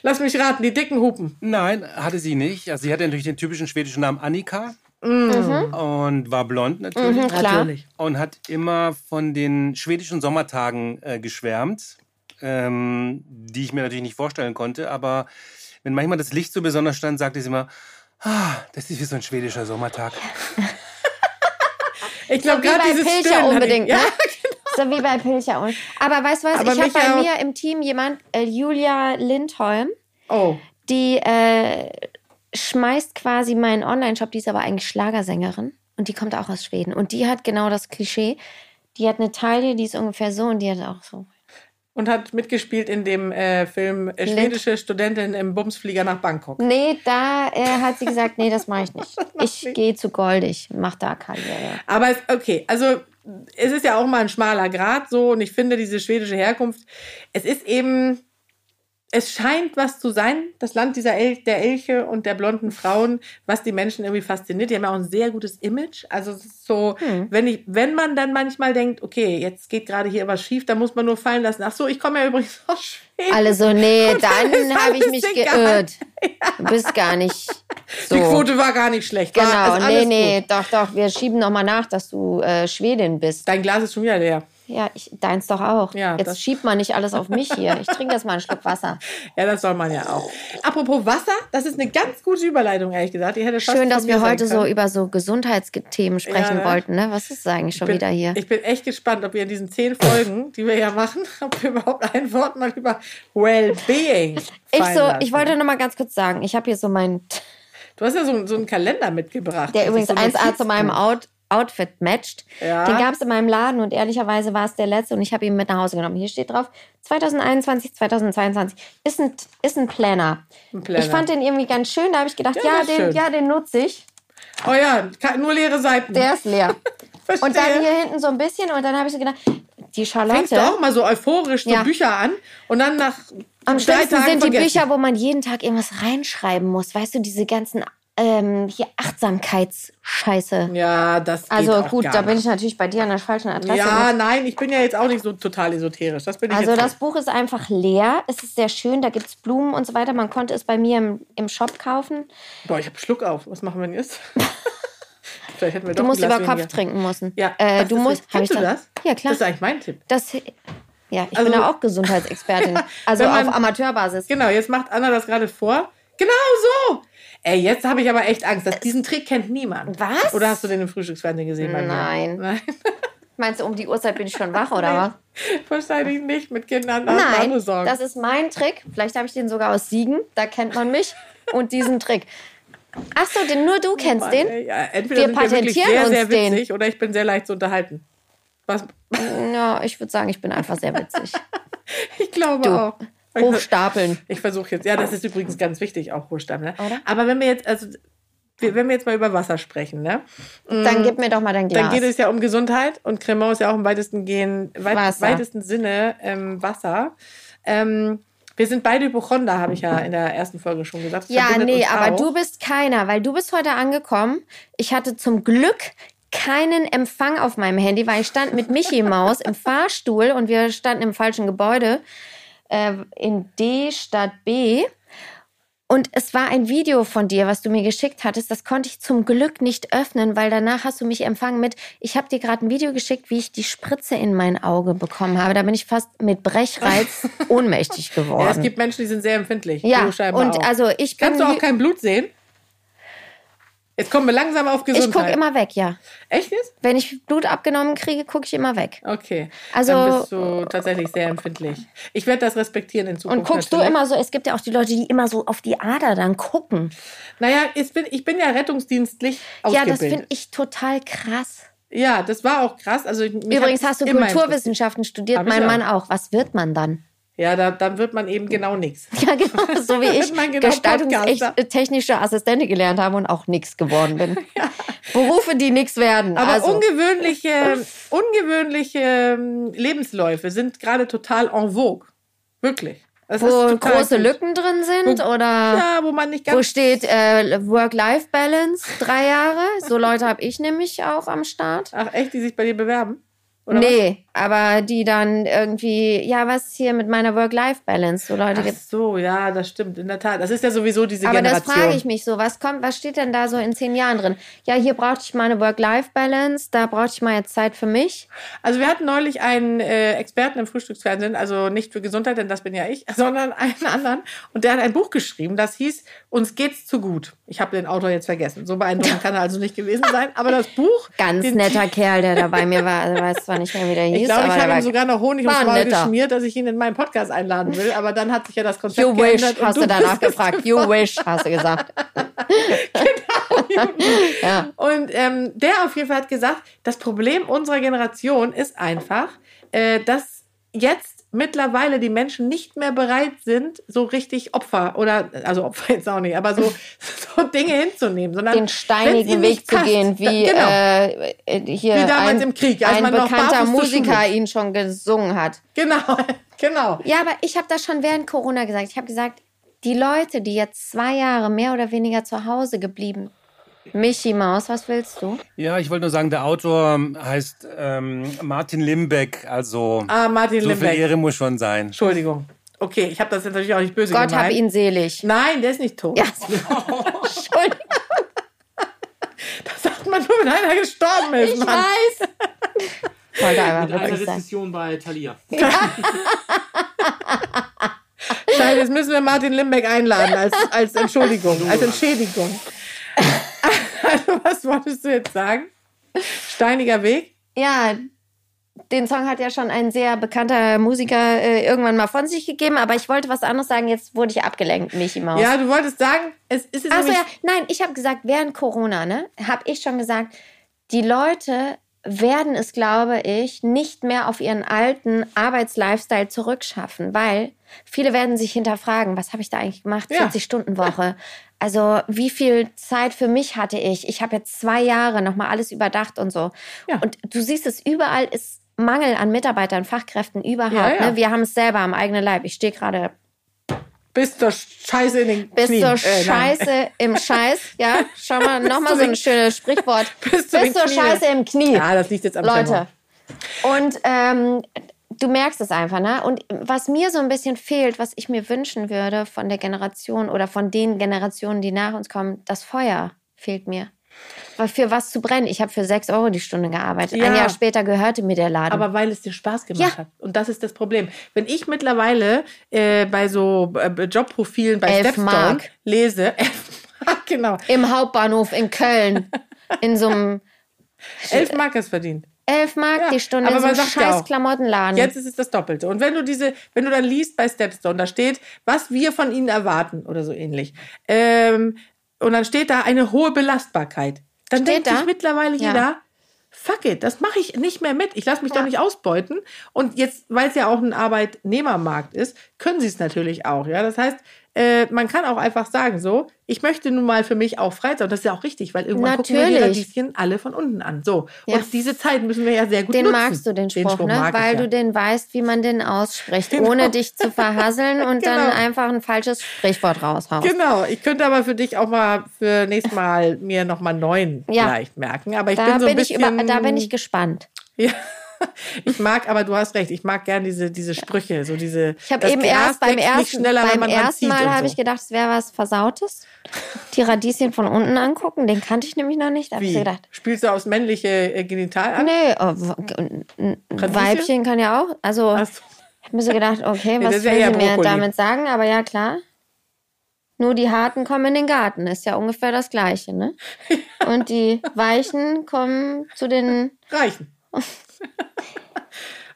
S3: Lass mich raten, die dicken Hupen.
S4: Nein, hatte sie nicht. Also sie hatte natürlich den typischen schwedischen Namen Annika und war blond natürlich.
S2: Mhm, klar.
S4: und hat immer von den schwedischen Sommertagen äh, geschwärmt, ähm, die ich mir natürlich nicht vorstellen konnte. Aber wenn manchmal das Licht so besonders stand, sagte sie immer, ah, das ist wie so ein schwedischer Sommertag.
S3: Ich glaube,
S2: Wie
S3: gerade
S2: bei
S3: dieses
S2: Pilcher
S3: Stirn hat ihn-
S2: unbedingt,
S3: ja, *laughs* genau.
S2: ne? So wie bei Pilcher. Und- Aber weißt du was,
S3: Aber
S2: ich habe
S3: mich ja
S2: bei
S3: auch-
S2: mir im Team jemand, äh, Julia Lindholm,
S3: Oh,
S2: die äh, schmeißt quasi meinen Online-Shop, die ist aber eigentlich Schlagersängerin und die kommt auch aus Schweden. Und die hat genau das Klischee. Die hat eine Taille, die ist ungefähr so und die hat auch so.
S3: und hat mitgespielt in dem äh, Film äh, Schwedische Studentin im Bumsflieger nach Bangkok.
S2: Nee, da äh, hat sie gesagt, nee, das mache ich
S3: *laughs*
S2: nicht. Ich gehe zu Goldig, mach da Karriere.
S3: Aber es, okay, also es ist ja auch mal ein schmaler Grad so und ich finde diese schwedische Herkunft, es ist eben, es scheint was zu sein, das Land dieser El der Elche und der blonden Frauen, was die Menschen irgendwie fasziniert. Die haben ja auch ein sehr gutes Image. Also es ist so,
S2: Hm.
S3: wenn ich, wenn man dann manchmal denkt, okay, jetzt geht gerade hier was schief, dann muss man nur fallen lassen. Ach so, ich komme ja übrigens aus Schweden.
S2: Alle so, Also,
S3: *laughs*
S2: nee,
S3: ist
S2: dann habe ich
S3: alles
S2: mich
S3: egal. *laughs*
S2: geirrt. Du bist gar nicht so.
S3: Die Quote war gar nicht schlecht. War-
S2: Genau,
S3: ist
S2: nee,
S3: alles
S2: nee,
S3: Gut.
S2: doch, doch, wir schieben nochmal nach, dass du äh, Schwedin bist.
S3: Dein Glas ist schon wieder leer.
S2: Ja, ich, deins doch auch.
S3: Ja, das-
S2: Jetzt schiebt man nicht alles auf mich hier. Ich trinke jetzt mal einen Schluck
S3: *laughs*
S2: Wasser.
S3: Ja, das soll man ja auch. Apropos Wasser, das ist eine ganz gute Überleitung, ehrlich gesagt. Die hätte fast
S2: Schön,
S3: von
S2: dass
S3: mir
S2: wir
S3: sein
S2: heute so
S3: können.
S2: über so Gesundheitsthemen sprechen
S3: ne?
S2: wollten. Ne? Was ist das eigentlich schon
S3: bin,
S2: wieder hier?
S3: Ich bin echt gespannt, ob wir in diesen zehn Folgen, die wir ja machen, *laughs* ob wir überhaupt ein Wort mal über Wellbeing
S2: Ich,
S3: fallen
S2: so,
S3: lassen.
S2: ich wollte noch mal ganz kurz sagen, ich habe hier so meinen,
S3: Du hast ja so, so einen Kalender mitgebracht.
S2: der
S3: Das
S2: übrigens
S3: ist so ein
S2: 1A zu meinem
S3: Notizbuch.
S2: Out Outfit matcht.
S3: Ja.
S2: Den gab es in meinem Laden und ehrlicherweise war es der letzte und ich habe ihn mit nach Hause genommen. Hier steht drauf, 2021, 2022 ist ein, ist ein Planner.
S3: Ein Planner.
S2: Ich fand den irgendwie ganz schön, da habe ich gedacht,
S3: Ja,
S2: ja,
S3: das ist
S2: den,
S3: schön.
S2: ja, den nutze ich.
S3: Oh ja, ka- nur leere Seiten.
S2: Der ist
S3: *laughs*
S2: leer.
S3: Verstehe.
S2: und dann hier hinten so ein bisschen und dann habe ich so gedacht, die
S3: Fängst du
S2: Charlotte,
S3: auch mal so euphorisch so
S2: Ja.
S3: Bücher an und dann nach
S2: am
S3: drei
S2: schlimmsten
S3: Tagen
S2: sind die
S3: vergessen.
S2: Bücher, wo man jeden Tag irgendwas reinschreiben muss. Weißt du, diese ganzen ähm, hier Achtsamkeitsscheiße.
S3: Ja, das geht
S2: Also
S3: auch
S2: gut,
S3: gar
S2: da bin
S3: nicht.
S2: ich natürlich bei dir an der falschen Adresse.
S3: Ja,
S2: ne?
S3: nein, ich bin ja jetzt auch nicht so total esoterisch. Das bin ich
S2: also
S3: jetzt
S2: das Buch ist einfach leer. Es ist sehr schön, da gibt es Blumen und so weiter. Man konnte es bei mir im, im Shop kaufen.
S3: nicht. Boah, ich hab Schluck auf. Was machen wir denn
S2: *laughs*
S3: jetzt? Vielleicht hätten wir
S2: Du
S3: doch ein
S2: musst
S3: Glas
S2: über Kopf
S3: weniger.
S2: trinken müssen.
S3: Ja,
S2: äh,
S3: das
S2: du
S3: ist
S2: musst.
S3: richtig.
S2: hab ich
S3: Kennst du
S2: dann-
S3: das?
S2: Ja klar.
S3: Das ist eigentlich mein Tipp.
S2: Das, ja, ich
S3: Also-
S2: bin ja auch
S3: *laughs*
S2: Gesundheitsexpertin. also
S3: wenn man-
S2: auf Amateurbasis.
S3: Genau, jetzt macht Anna das gerade vor. Genau so. Ey, jetzt habe ich aber echt Angst. Dass diesen Trick kennt niemand.
S2: Was?
S3: Oder hast du den im Frühstücksfernsehen gesehen bei mir?
S2: Nein.
S3: Nein.
S2: Meinst du, um die Uhrzeit bin ich schon wach *laughs* oder was?
S3: Wahrscheinlich nicht mit Kindern. da hast du
S2: Nein,
S3: andere Sorgen.
S2: das ist mein Trick. Vielleicht habe ich den sogar aus Siegen. Da kennt man mich und diesen Trick. Ach so, den nur du kennst
S3: Oh Mann,
S2: den?
S3: ey, ja, entweder
S2: Wir
S3: sind wir wirklich
S2: patentieren
S3: sehr,
S2: uns
S3: sehr
S2: den.
S3: witzig oder ich bin sehr leicht zu unterhalten. Was?
S2: Ja, ich würde sagen, ich bin einfach sehr
S3: *laughs*
S2: witzig.
S3: Ich glaube
S2: Du,
S3: auch.
S2: Hochstapeln.
S3: Ich versuche jetzt, ja, das ist übrigens ganz wichtig, auch Ruhestand. Ne?
S2: Oder?
S3: Aber wenn wir jetzt, also, wir- wenn wir jetzt mal über Wasser sprechen, ne?
S2: Dann gib mir doch mal dein Glas.
S3: dann geht es ja um Gesundheit und Cremant ist ja auch im weitesten, Gehen, weit,
S2: Wasser.
S3: weitesten Sinne ähm, Wasser. Ähm, wir sind beide Hypochonder, habe ich ja in der ersten Folge schon gesagt. Das
S2: ja,
S3: verbindet
S2: nee,
S3: uns
S2: aber
S3: auch.
S2: du bist keiner, weil du bist heute angekommen. Ich hatte zum Glück keinen Empfang auf meinem Handy, weil ich stand mit Mickey Maus im Fahrstuhl und wir standen im falschen Gebäude äh, in D statt B. Und es war ein Video von dir, was du mir geschickt hattest. Das konnte ich zum Glück nicht öffnen, weil danach hast du mich empfangen mit, ich habe dir gerade ein Video geschickt, wie ich die Spritze in mein Auge bekommen habe. Da bin ich fast mit
S3: *laughs*
S2: Brechreiz ohnmächtig geworden.
S3: Ja, es gibt Menschen, die sind sehr empfindlich.
S2: Ja,
S3: du scheinbar
S2: und
S3: auch.
S2: also ich bin
S3: Kannst du auch
S2: wie-
S3: kein Blut sehen? Jetzt kommen wir langsam auf Gesundheit.
S2: Ich gucke immer weg, ja.
S3: Echt jetzt?
S2: Wenn ich Blut abgenommen kriege, gucke ich immer weg.
S3: Okay.
S2: Also-
S3: Dann bist du tatsächlich sehr empfindlich. Ich werde das respektieren in Zukunft.
S2: Und guckst du
S3: natürlich.
S2: immer so, es gibt ja auch die Leute, die immer so auf die Ader dann gucken.
S3: Naja, ich bin, ich bin ja rettungsdienstlich
S2: Ja,
S3: ausgebildet.
S2: das finde ich total krass.
S3: Ja, das war auch krass. Also ich, mich
S2: Übrigens
S3: hat
S2: hast du
S3: immer
S2: Kulturwissenschaften studiert,
S3: Hab ich
S2: mein
S3: auch.
S2: Mann auch. Was wird man dann? *laughs*
S3: interessiert. Ja, da, dann wird man eben genau nichts.
S2: Ja, genau,
S3: *laughs*
S2: so wie ich
S3: Mein genau Podcaster.
S2: gestaltungstechnische Assistentin gelernt habe und auch nichts geworden
S3: *laughs*
S2: bin. Berufe, die nichts werden.
S3: Aber
S2: also,
S3: ungewöhnliche, ungewöhnliche ähm, Lebensläufe sind gerade total en vogue. Wirklich. Das ist
S2: wo
S3: total
S2: große
S3: gut.
S2: Lücken drin sind oder
S3: Ja, wo man nicht
S2: Wo
S3: ganz
S2: steht äh, Work-Life-Balance? Drei Jahre. So Leute habe ich nämlich auch am Start.
S3: Ach echt, die sich bei dir bewerben? Oder
S2: nee, aber die dann irgendwie, ja, was ist hier mit meiner Work-Life-Balance? So Leute
S3: was? Ach
S2: gibt's.
S3: so, ja, das stimmt, in der Tat. Das ist ja sowieso diese
S2: Aber das
S3: Generation.
S2: frage ich mich so. Was kommt, was steht denn da so in zehn Jahren drin? Ja, hier brauchte ich mal eine Work-Life-Balance, da brauchte ich mal jetzt Zeit für mich.
S3: Also wir hatten neulich einen äh, Experten im Frühstücksfernsehen, also nicht für Gesundheit, denn das bin ja ich, *laughs* sondern einen anderen. Und der hat ein Buch geschrieben, das hieß Uns geht's zu gut. Ich habe den Autor jetzt vergessen.
S2: *laughs*
S3: So beeindruckend kann er also nicht gewesen sein. Aber das Buch.
S2: Ganz
S3: den,
S2: netter Kerl, der da bei mir war. Also weiß zwar nicht mehr, wie der hieß,
S3: Ich glaube, ich
S2: aber der
S3: habe
S2: war
S3: ihm sogar noch Honig
S2: war
S3: ums
S2: ein
S3: Maul
S2: netter.
S3: geschmiert, dass ich ihn in meinen Podcast einladen will. Aber dann hat sich ja das Konzept
S2: You wish,
S3: geändert. und
S2: hast du danach
S3: bist es *laughs*
S2: gefragt. You wish, hast du gesagt.
S3: Genau. Und ähm, der auf jeden Fall hat gesagt, das Problem unserer Generation ist einfach, äh, dass jetzt mittlerweile die Menschen nicht mehr bereit sind, so richtig Opfer oder, also Opfer jetzt auch nicht, aber
S2: *laughs*
S3: so, so Dinge hinzunehmen, sondern
S2: den
S3: wenn's ihnen
S2: steinigen
S3: nicht
S2: Weg zu
S3: passt,
S2: gehen, wie
S3: da, genau.
S2: äh, äh, hier
S3: Wie damals
S2: ein,
S3: im Krieg, als
S2: ein
S3: man noch
S2: bekannter
S3: barfuß zur
S2: Musiker ihn schon gesungen hat.
S3: genau, *laughs* genau.
S2: Ja, aber ich habe das schon während Corona gesagt. Ich habe gesagt, die Leute, die jetzt zwei Jahre mehr oder weniger zu Hause geblieben, Michi Maus, was willst du?
S4: Ja, ich wollte nur sagen, der Autor heißt ähm, Martin Limbeck, also
S3: Ah, Martin
S4: so
S3: Limbeck.
S4: viel Ehre muss schon sein.
S3: Entschuldigung. Okay, ich habe das jetzt natürlich auch nicht böse
S2: Gott
S3: gemeint.
S2: hab ihn
S3: *laughs*
S2: selig.
S3: Nein, der ist nicht tot. *laughs*
S2: Ja. Entschuldigung,
S3: Das sagt man nur, wenn einer gestorben ist.
S2: ich
S3: Mann.
S2: weiß. Wollte einfach
S5: Mit einer
S2: witzig sein.
S5: Rezession bei Thalia.
S3: Scheiße, jetzt müssen wir Martin Limbeck einladen als, als Entschuldigung, als Entschädigung. Also, was wolltest du jetzt sagen? Steiniger Weg?
S2: Ja, den Song hat ja schon ein sehr bekannter Musiker äh, irgendwann mal von sich gegeben, aber ich wollte was anderes sagen. Jetzt wurde ich abgelenkt, Michi Maus.
S3: Ja, du wolltest sagen, es ist jetzt
S2: Achso,
S3: nämlich-
S2: ja. Nein, ich habe gesagt, während Corona, ne, habe ich schon gesagt, die Leute werden es, glaube ich, nicht mehr auf ihren alten Arbeitslifestyle zurückschaffen, weil viele werden sich hinterfragen, was habe ich da eigentlich gemacht?
S3: Ja.
S2: 40-Stunden-Woche. Also wie viel Zeit für mich hatte ich? Ich habe jetzt zwei Jahre nochmal alles überdacht und so.
S3: Ja.
S2: Und du siehst es überall, ist Mangel an Mitarbeitern, Fachkräften überhaupt.
S3: Ja, ja.
S2: Ne? Wir haben es selber am eigenen Leib. Ich stehe gerade
S3: Bis zur Scheiße in den
S2: bis
S3: Knien.
S2: zur
S3: Äh, nein.
S2: Scheiße im Scheiß. Ja, schau mal,
S3: *laughs*
S2: nochmal
S3: zu
S2: so
S3: den-
S2: ein schönes
S3: *laughs*
S2: Sprichwort.
S3: Bis zu den
S2: zur
S3: Knien.
S2: Scheiße im Knie.
S3: Ja, das liegt jetzt am
S2: Leute.
S3: Tempo.
S2: Und ähm, du merkst es einfach, ne? Und was mir so ein bisschen fehlt, was ich mir wünschen würde von der Generation oder von den Generationen, die nach uns kommen, das Feuer fehlt mir. Weil für was zu brennen? Ich habe für 6 Euro die Stunde gearbeitet. Ein
S3: Ja.
S2: Jahr später gehörte mir der Laden.
S3: Aber weil es dir Spaß gemacht
S2: Ja.
S3: hat. Und das ist das Problem. Wenn ich mittlerweile äh, bei so äh, Jobprofilen bei
S2: Elf
S3: Stepstone
S2: Mark.
S3: lese, *laughs* elf Mark, genau,
S2: Im Hauptbahnhof in Köln.
S3: *laughs*
S2: In so einem
S3: elf Mark ist verdient.
S2: 11 Mark
S3: Ja,
S2: die Stunde
S3: aber
S2: in so einem
S3: man sagt ja
S2: scheiß
S3: auch,
S2: Klamottenladen.
S3: Jetzt ist es das Doppelte. Und wenn du diese, wenn du dann liest bei Stepstone, da steht, was wir von ihnen erwarten oder so ähnlich. Ähm, und dann steht da eine hohe Belastbarkeit. Dann
S2: Steht
S3: denkt
S2: da?
S3: sich mittlerweile
S2: Ja.
S3: jeder, fuck it, das mache ich nicht mehr mit. Ich lasse mich doch nicht ausbeuten. Und jetzt, weil es ja auch ein Arbeitnehmermarkt ist, können sie es natürlich auch. Ja, das heißt, äh, man kann auch einfach sagen, so, ich möchte nun mal für mich auch Freizeit. Und das ist ja auch richtig, weil irgendwann gucken wir die
S2: Natürlich.
S3: Radieschen alle von unten an. So.
S2: Ja.
S3: Und diese Zeit müssen wir ja sehr gut
S2: Den
S3: nutzen.
S2: magst du, den Spruch, ne?
S3: mag ich
S2: weil
S3: ja.
S2: du den weißt, wie man den ausspricht,
S3: Genau.
S2: ohne dich zu
S3: *laughs*
S2: verhasseln und dann
S3: Genau.
S2: einfach ein falsches Sprichwort raushaust.
S3: Genau, ich könnte aber für dich auch mal für nächstes Mal mir nochmal neun
S2: Ja.
S3: vielleicht merken. Aber ich
S2: Da
S3: bin so ein
S2: bin, ich
S3: bisschen.
S2: über, da bin ich gespannt.
S3: Ja. Ich mag, aber du hast recht, ich mag gern diese, diese Sprüche, so diese.
S2: Ich habe eben erst beim ersten, beim ersten Mal habe ich
S3: gedacht.
S2: gedacht, es wäre was Versautes. Die Radieschen von unten angucken, den kannte ich nämlich noch nicht. Da habe ich
S3: Wie?
S2: so gedacht,
S3: Spielst du aufs männliche äh, Genital an?
S2: nee, oh, w- ein- ein Weibchen kann ja auch. Also
S3: Ach so.
S2: ich habe mir so gedacht, okay,
S3: Nee,
S2: was
S3: das
S2: will
S3: ist ja
S2: sie
S3: eher
S2: mir
S3: Brokkoli.
S2: damit sagen? Aber ja, klar. Nur die Harten kommen in den Garten, ist ja ungefähr das Gleiche,
S3: *laughs*
S2: ne? Und die Weichen kommen zu den. *laughs*
S3: Reichen.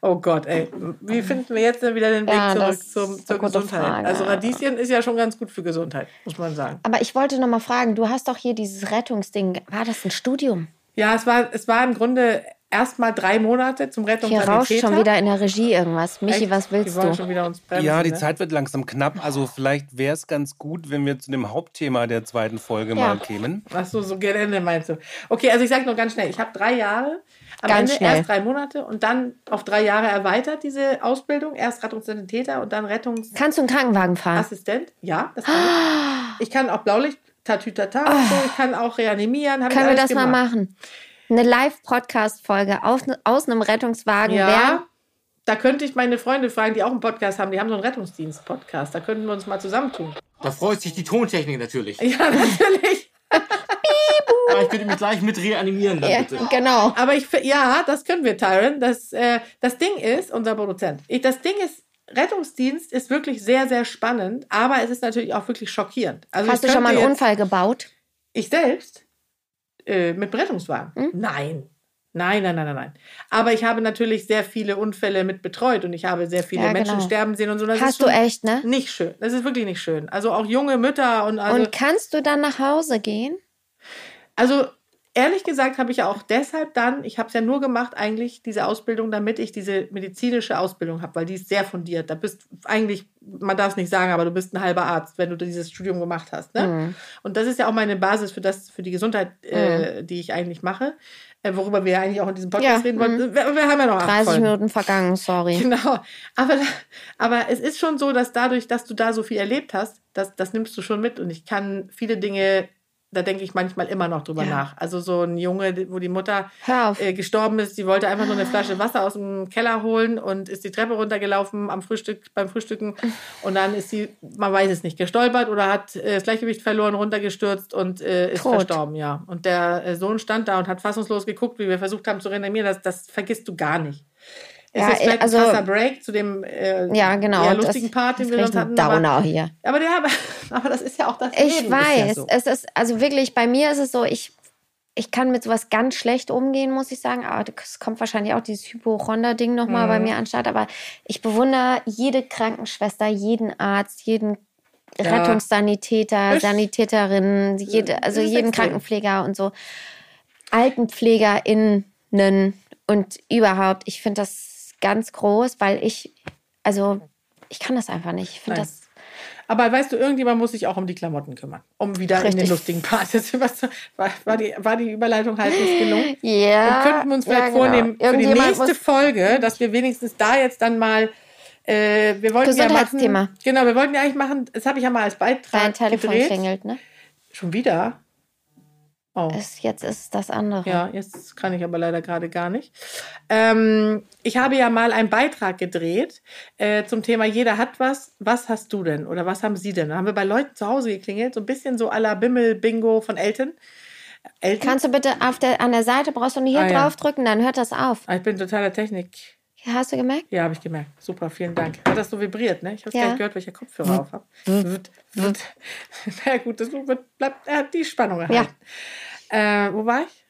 S3: oh Gott, ey. Wie finden wir jetzt denn wieder den Weg
S2: Ja,
S3: zurück
S2: das
S3: zum,
S2: ist
S3: zur
S2: eine gute
S3: Gesundheit?
S2: Frage.
S3: Also Radieschen ist ja schon ganz gut für Gesundheit, muss man sagen.
S2: Aber ich wollte noch mal fragen, du hast doch hier dieses Rettungsding. War das ein Studium?
S3: Ja, es war, es war im Grunde erst mal drei Monate zum Rettung
S2: Hier
S3: der
S2: rauscht
S3: Täter.
S2: schon wieder in der Regie irgendwas. Michi,
S3: Echt?
S2: was willst
S3: Die wollen
S2: du?
S3: schon wieder uns bremsen,
S4: Ja, die
S3: ne?
S4: Zeit wird langsam knapp. Also vielleicht wäre es ganz gut, wenn wir zu dem Hauptthema der zweiten Folge mal kämen.
S3: Ach so, so gerne Ende meinst du. Okay, also ich sage nur ganz schnell, ich habe drei Jahre, am
S2: Ganz
S3: Ende
S2: schnell.
S3: erst drei Monate und dann auf drei Jahre erweitert diese Ausbildung. Erst Rettungssanitäter und dann Rettungsassistent.
S2: Kannst du einen Krankenwagen fahren?
S3: Ja, das kann ich. Ich kann auch Blaulicht, Tatütata, und so, ich kann auch reanimieren. hab ich
S2: Ah. Können wir
S3: alles
S2: das mal
S3: gemacht.
S2: machen? Eine Live-Podcast-Folge aus, aus einem Rettungswagen.
S3: Ja.
S2: Wer?
S3: Da könnte ich meine Freunde fragen, die auch einen Podcast haben. Die haben so einen Rettungsdienst-Podcast. Da könnten wir uns mal zusammentun. *laughs*
S5: Da freut sich die Tontechnik natürlich.
S3: Ja, natürlich.
S5: Aber ich könnte mich gleich mit reanimieren dann
S2: Ja,
S5: bitte.
S2: genau.
S3: Aber ich, fi- ja, das können wir, Tyron. Das, äh, das Ding ist, unser Produzent, ich, das Ding ist, Rettungsdienst ist wirklich sehr, sehr spannend, aber es ist natürlich auch wirklich schockierend. Also
S2: Hast du
S3: ich
S2: schon mal
S3: könnte
S2: einen
S3: jetzt-
S2: Unfall gebaut?
S3: Ich selbst? Äh, mit dem Rettungswagen?
S2: Hm?
S3: Nein. Nein, nein, nein, nein, nein. Aber ich habe natürlich sehr viele Unfälle mit betreut und ich habe sehr viele
S2: Ja,
S3: Menschen
S2: genau.
S3: sterben sehen und so. Das ist
S2: Hast du
S3: schon
S2: echt, ne?
S3: Nicht schön. Das ist wirklich nicht schön. Also auch junge Mütter und also
S2: Und kannst du dann nach Hause gehen?
S3: Also ehrlich gesagt habe ich ja auch deshalb dann, ich habe es ja nur gemacht eigentlich, diese Ausbildung, damit ich diese medizinische Ausbildung habe, weil die ist sehr fundiert. Da bist eigentlich, man darf es nicht sagen, aber du bist ein halber Arzt, wenn du dieses Studium gemacht hast. Ne? Und das ist ja auch meine Basis für das, für die Gesundheit, äh, die ich eigentlich mache, äh, worüber wir ja eigentlich auch in diesem
S2: Ja,
S3: Podcast reden wollen. Wir, wir haben ja noch acht
S2: 30
S3: Folgen.
S2: Minuten vergangen, sorry.
S3: Genau. Aber, aber es ist schon so, dass dadurch, dass du da so viel erlebt hast, das, das nimmst du schon mit. Und ich kann viele Dinge da denke ich manchmal immer noch drüber
S2: Ja.
S3: nach. Also so ein Junge, wo die Mutter
S2: Hör
S3: *laughs*
S2: auf.
S3: äh, gestorben ist, die wollte einfach nur eine Flasche Wasser aus dem Keller holen und ist die Treppe runtergelaufen am Frühstück, beim Frühstücken. Und dann ist sie, man weiß es nicht, gestolpert oder hat äh, das Gleichgewicht verloren, runtergestürzt und äh, ist
S2: Tot.
S3: verstorben, ja. Und der äh, Sohn stand da und hat fassungslos geguckt, wie wir versucht haben zu reanimieren. Das, das vergisst du gar nicht. Es
S2: Ja,
S3: ist vielleicht
S2: also-
S3: ein krasser Break zu dem äh,
S2: Ja, genau.
S3: eher
S2: Das-
S3: lustigen Part, den
S2: das
S3: wir
S2: ist
S3: sonst
S2: ein
S3: hatten.
S2: Downer
S3: Aber,
S2: hier.
S3: aber, der, *laughs* aber das ist ja auch das
S2: Ich
S3: Leben,
S2: weiß.
S3: Ist ja so.
S2: Es ist, also wirklich, bei mir ist es so, ich, ich kann mit sowas ganz schlecht umgehen, muss ich sagen. Aber es kommt wahrscheinlich auch dieses Hypochonder-Ding nochmal
S3: Mhm.
S2: bei mir anstatt. Aber ich bewundere jede Krankenschwester, jeden Arzt, jeden
S3: Ja.
S2: Rettungssanitäter,
S3: Ich-
S2: Sanitäterin, jede, also
S3: das ist
S2: jeden
S3: extrem.
S2: Krankenpfleger und so. AltenpflegerInnen und überhaupt. Ich finde das ganz groß, weil ich, also ich kann das einfach nicht. Ich finde
S3: Nein.
S2: das
S3: Aber weißt du, irgendjemand muss sich auch um die Klamotten kümmern. Um wieder in den
S2: Richtig.
S3: lustigen Part. *laughs* Jetzt was- War, war, die, war die Überleitung halt halbwegs gelungen?
S2: Ja.
S3: Und könnten wir uns vielleicht
S2: ja, genau.
S3: vornehmen für die
S2: Irgendjemand
S3: nächste
S2: muss-
S3: Folge, dass wir wenigstens da jetzt dann mal. Äh, wir wollten ja machen,
S2: Gesundheitsthema.
S3: Genau, wir wollten ja eigentlich machen, das habe ich ja mal als
S2: Dein
S3: Beitrag
S2: Telefon
S3: gedreht.
S2: klingelt, ne?
S3: Schon wieder? Oh.
S2: Es, jetzt ist es das andere.
S3: Ja, jetzt kann ich aber leider gerade gar nicht. Ähm, ich habe ja mal einen Beitrag gedreht äh, zum Thema Jeder hat was. Was hast du denn? Oder was haben sie denn? Da haben wir bei Leuten zu Hause geklingelt, so ein bisschen so à la Bimmel-Bingo von Eltern. Eltern?
S2: Kannst du bitte auf der, an der Seite brauchst du nur hier
S3: Ah, ja.
S2: draufdrücken, dann hört das auf.
S3: Ah, ich bin totaler Technik.
S2: Hast du gemerkt?
S3: Ja, habe ich gemerkt. Super, vielen Dank. Hat das so vibriert, ne? Ich
S2: Ja.
S3: habe
S2: Hm.
S3: gar nicht gehört, welcher Kopfhörer auf habe. *laughs* Na gut, das wird, bleibt, er hat die Spannung erhalten. Äh, wo war ich?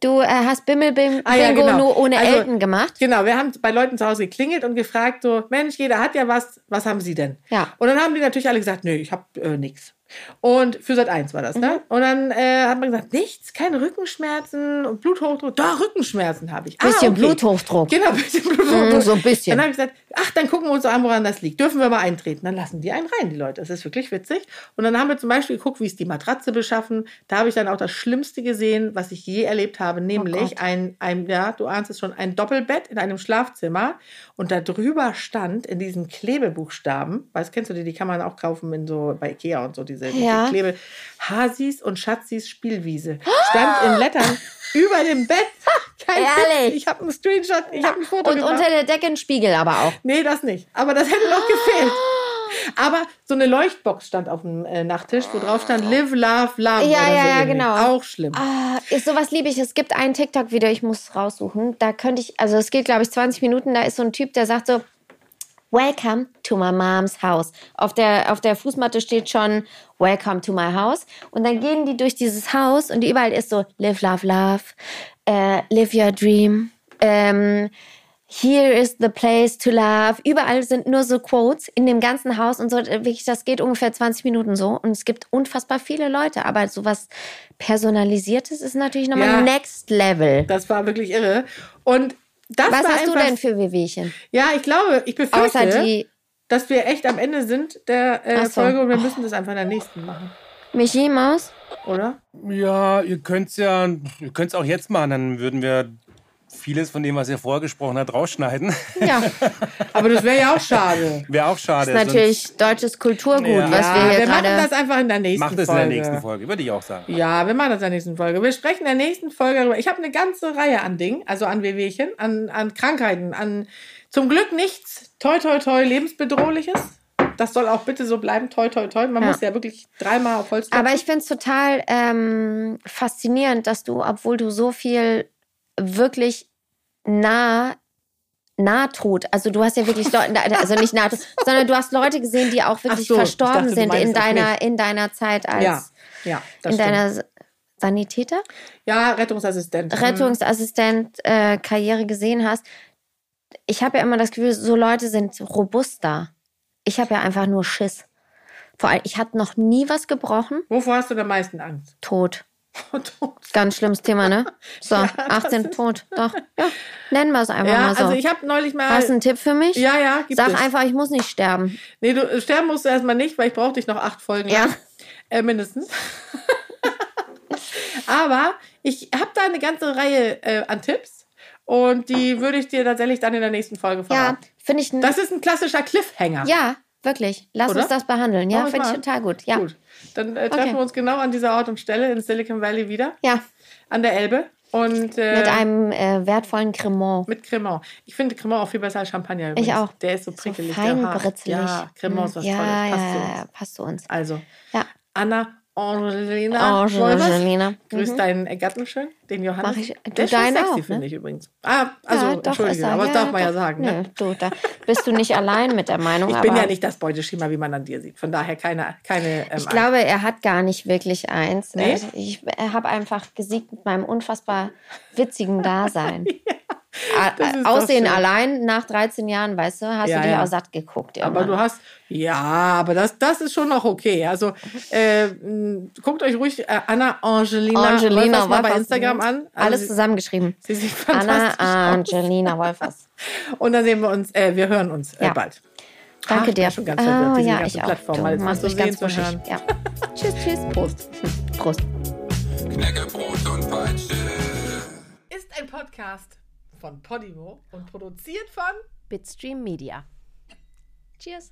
S2: Du äh, hast Bimmel Bim,
S3: Ah, ja,
S2: Bingo
S3: genau.
S2: nur ohne
S3: Also-
S2: Elten gemacht.
S3: Genau, wir haben bei Leuten zu Hause geklingelt und gefragt, so, Mensch, jeder hat ja was, was haben Sie denn?
S2: Ja.
S3: Und dann haben die natürlich alle gesagt, nö, ich habe äh, nichts. Und für Sat 1 war das, ne?
S2: Mhm.
S3: Und dann äh, hat man gesagt, nichts, keine Rückenschmerzen und Bluthochdruck. Doch, Rückenschmerzen habe ich. Ah,
S2: Bisschen Bluthochdruck.
S3: Genau, *laughs* bisschen Bluthochdruck.
S2: Mm, so ein bisschen.
S3: Dann habe ich gesagt, ach, dann gucken wir uns an, woran das liegt. Dürfen wir mal eintreten? Dann lassen die einen rein, die Leute. Das ist wirklich witzig. Und dann haben wir zum Beispiel geguckt, wie ist die Matratze beschaffen. Da habe ich dann auch das Schlimmste gesehen, was ich je erlebt habe,
S2: Oh
S3: nämlich ein, ein, ja, du ahnst es schon, ein Doppelbett in einem Schlafzimmer. Und da drüber stand in diesen Klebebuchstaben, weißt kennst du die, die kann man auch kaufen in so, bei Ikea und so, diese, diese
S2: Ja.
S3: Klebe. Hasis und Schatzis Spielwiese. Stand in Lettern
S2: *gasps*
S3: über dem Bett. Kein Witz.
S2: Ehrlich?
S3: Ich habe einen Screenshot, ich habe ein Foto
S2: Und
S3: gemacht.
S2: unter der Decke ein Spiegel aber auch.
S3: Nee, das nicht. Aber das hätte noch gefehlt.
S2: Ah.
S3: Aber so eine Leuchtbox stand auf dem äh, Nachttisch, wo drauf stand Live, Love,
S2: Ja,
S3: Love. oder
S2: ja,
S3: so
S2: ja,
S3: ähnlich.
S2: genau.
S3: Auch schlimm.
S2: Ah, ist sowas liebe ich. Es gibt ein TikTok-Video, ich muss raussuchen. Da könnte ich, also es geht, glaube ich, 20 Minuten. Da ist so ein Typ, der sagt so, Welcome to my mom's house. Auf der, auf der Fußmatte steht schon Welcome to my house. Und dann gehen die durch dieses Haus und überall ist so Live, Love, Love, äh, Live your dream, ähm, Here is the place to love. Überall sind nur so Quotes in dem ganzen Haus und so. äh, Wirklich, das geht ungefähr 20 Minuten so. Und es gibt unfassbar viele Leute. Aber sowas Personalisiertes ist natürlich nochmal
S3: Ja.
S2: Next Level.
S3: Das war wirklich irre. Und das
S2: Was
S3: war
S2: hast du
S3: einfach,
S2: denn für Wehwehchen?
S3: Ja, ich glaube, ich befürchte,
S2: Außer die,
S3: dass wir echt am Ende sind der äh,
S2: Ach so.
S3: Folge und wir müssen das einfach in der nächsten machen,
S2: Michi Maus?
S3: oder?
S4: Ja, ihr könnt's ja, ihr könnt's auch jetzt machen, dann würden wir vieles von dem, was ihr vorher gesprochen habt, rausschneiden. *laughs*
S3: Ja. Aber das wäre ja auch schade.
S4: Wäre auch schade.
S2: ist natürlich deutsches Kulturgut,
S4: *laughs*
S2: was
S4: Ja.
S2: wir
S3: Ja,
S2: hier
S3: wir machen
S2: gerade.
S3: das einfach in der nächsten
S4: Sonst macht es in
S3: Folge.
S4: der nächsten Folge, würde ich auch sagen.
S3: Ja, wir machen das in der nächsten Folge. Wir sprechen in der nächsten Folge darüber. Ich habe eine ganze Reihe an Dingen, also an Wehwehchen, an, an Krankheiten, an zum Glück nichts toi toi toi lebensbedrohliches. Das soll auch bitte so bleiben, toi toi toi. Man
S2: Ja.
S3: muss ja wirklich dreimal auf Holz
S2: Aber
S3: klopfen.
S2: ich finde es total ähm, faszinierend, dass du, obwohl du so viel wirklich nah nah tot, also du hast ja
S3: *laughs*
S2: wirklich Leute, also nicht nah, sondern du hast Leute gesehen, die auch wirklich
S3: so, ich
S2: verstorben
S3: dachte, du
S2: sind in
S3: meinst auf
S2: deiner in deiner Zeit als
S3: ja, ja, das
S2: in
S3: stimmt.
S2: deiner S- Sanitäter,
S3: ja, Rettungsassistent.
S2: Rettungsassistent äh, Karriere gesehen hast. Ich habe ja immer das Gefühl, so Leute sind robuster. Ich habe ja einfach nur Schiss. Vor allem, ich hatte noch nie was gebrochen.
S3: Hm. Wovor hast du denn am meisten Angst? *laughs*
S2: Tot.
S3: Vor Tod.
S2: Ganz schlimmes Thema,
S3: *laughs*
S2: ne? So, 18 tot. Doch. Ja. Nennen wir es einfach
S3: Ja,
S2: mal so.
S3: also ich habe neulich mal.
S2: Hast du einen Tipp für mich?
S3: ja, ja, gibt
S2: Sag
S3: es.
S2: einfach, ich muss nicht sterben.
S3: Nee, du äh, sterben musst du erstmal nicht, weil ich brauche dich noch acht Folgen.
S2: Ja.
S3: lang. Äh, mindestens. *laughs* Aber ich habe da eine ganze Reihe äh, an Tipps und die würde ich dir tatsächlich dann in der nächsten Folge
S2: Ja,
S3: verraten.
S2: finde ich. n-
S3: Das ist ein klassischer Cliffhanger.
S2: ja, Wirklich. Lass
S3: Oder?
S2: uns das behandeln.
S3: Mach
S2: Ja,
S3: ich
S2: finde ich
S3: mal.
S2: total gut. Ja.
S3: Gut. Dann äh, treffen
S2: Okay.
S3: wir uns genau an dieser Ort und Stelle in Silicon Valley wieder,
S2: Ja.
S3: an der Elbe. Und, äh,
S2: Mit einem äh, wertvollen Cremant.
S3: Mit Cremant. Ich finde Cremant auch viel besser als Champagner. Übrigens.
S2: Ich auch.
S3: Der ist so
S2: So
S3: prickelig.
S2: fein
S3: der hart.
S2: britzelig.
S3: Ja, Cremant ist was
S2: ja,
S3: Tolles. Passt
S2: ja,
S3: zu
S2: ja,
S3: uns.
S2: passt zu uns.
S3: Also,
S2: Ja.
S3: Anna Angelina.
S2: Angelina.
S3: Wolbers,
S2: Mhm.
S3: Grüß deinen Gatten schön, den Johannes.
S2: Mach ich- du
S3: der ist schon
S2: deinen
S3: sexy,
S2: auch, ne?
S3: finde ich übrigens. Ah, also, Entschuldige,
S2: er.
S3: aber das
S2: Ja,
S3: darf man ja
S2: doch.
S3: sagen. Ne?
S2: Nö, du, da bist du nicht allein mit der Meinung.
S3: Ich bin
S2: aber
S3: ja nicht das Beuteschema, wie man an dir sieht. Von daher keine. keine ähm,
S2: Ich glaube, er hat gar nicht wirklich eins.
S3: Nee?
S2: Ich- Ich habe einfach gesiegt mit meinem unfassbar witzigen
S3: *laughs*
S2: Dasein. A-
S3: das ist doch
S2: Aussehen
S3: schön.
S2: allein nach 13 Jahren, weißt du, hast
S3: Ja,
S2: du dich
S3: ja.
S2: auch satt geguckt.
S3: Aber
S2: irgendwann.
S3: du hast, ja, aber das, das ist schon noch okay. Also äh, m, guckt euch ruhig äh, Anna Angelina,
S2: Angelina
S3: Wolfers mal bei
S2: Wolfers. mhm.
S3: Instagram an. Also
S2: Alles
S3: sie-
S2: zusammengeschrieben.
S3: Sie sieht fantastisch
S2: Anna
S3: aus.
S2: Angelina Wolfers.
S3: Und dann sehen wir uns, äh, wir hören uns äh,
S2: Ja.
S3: bald. Ach,
S2: Danke
S3: ich bin
S2: dir. Oh Ah,
S3: schon ganz verwirrt, diese
S2: ja,
S3: ganze
S2: ich auch.
S3: Plattform,
S2: Du
S3: alles
S2: machst
S3: nur
S2: mich ganz
S3: zu sehen, zu
S2: wuschig.
S3: hören. *laughs*
S2: Ja. tschüss, tschüss. Prost. Prost.
S1: Knäckebrot und uh. Peitsche.
S3: Ist ein Podcast von Podimo und produziert von
S6: Bitstream Media. Cheers.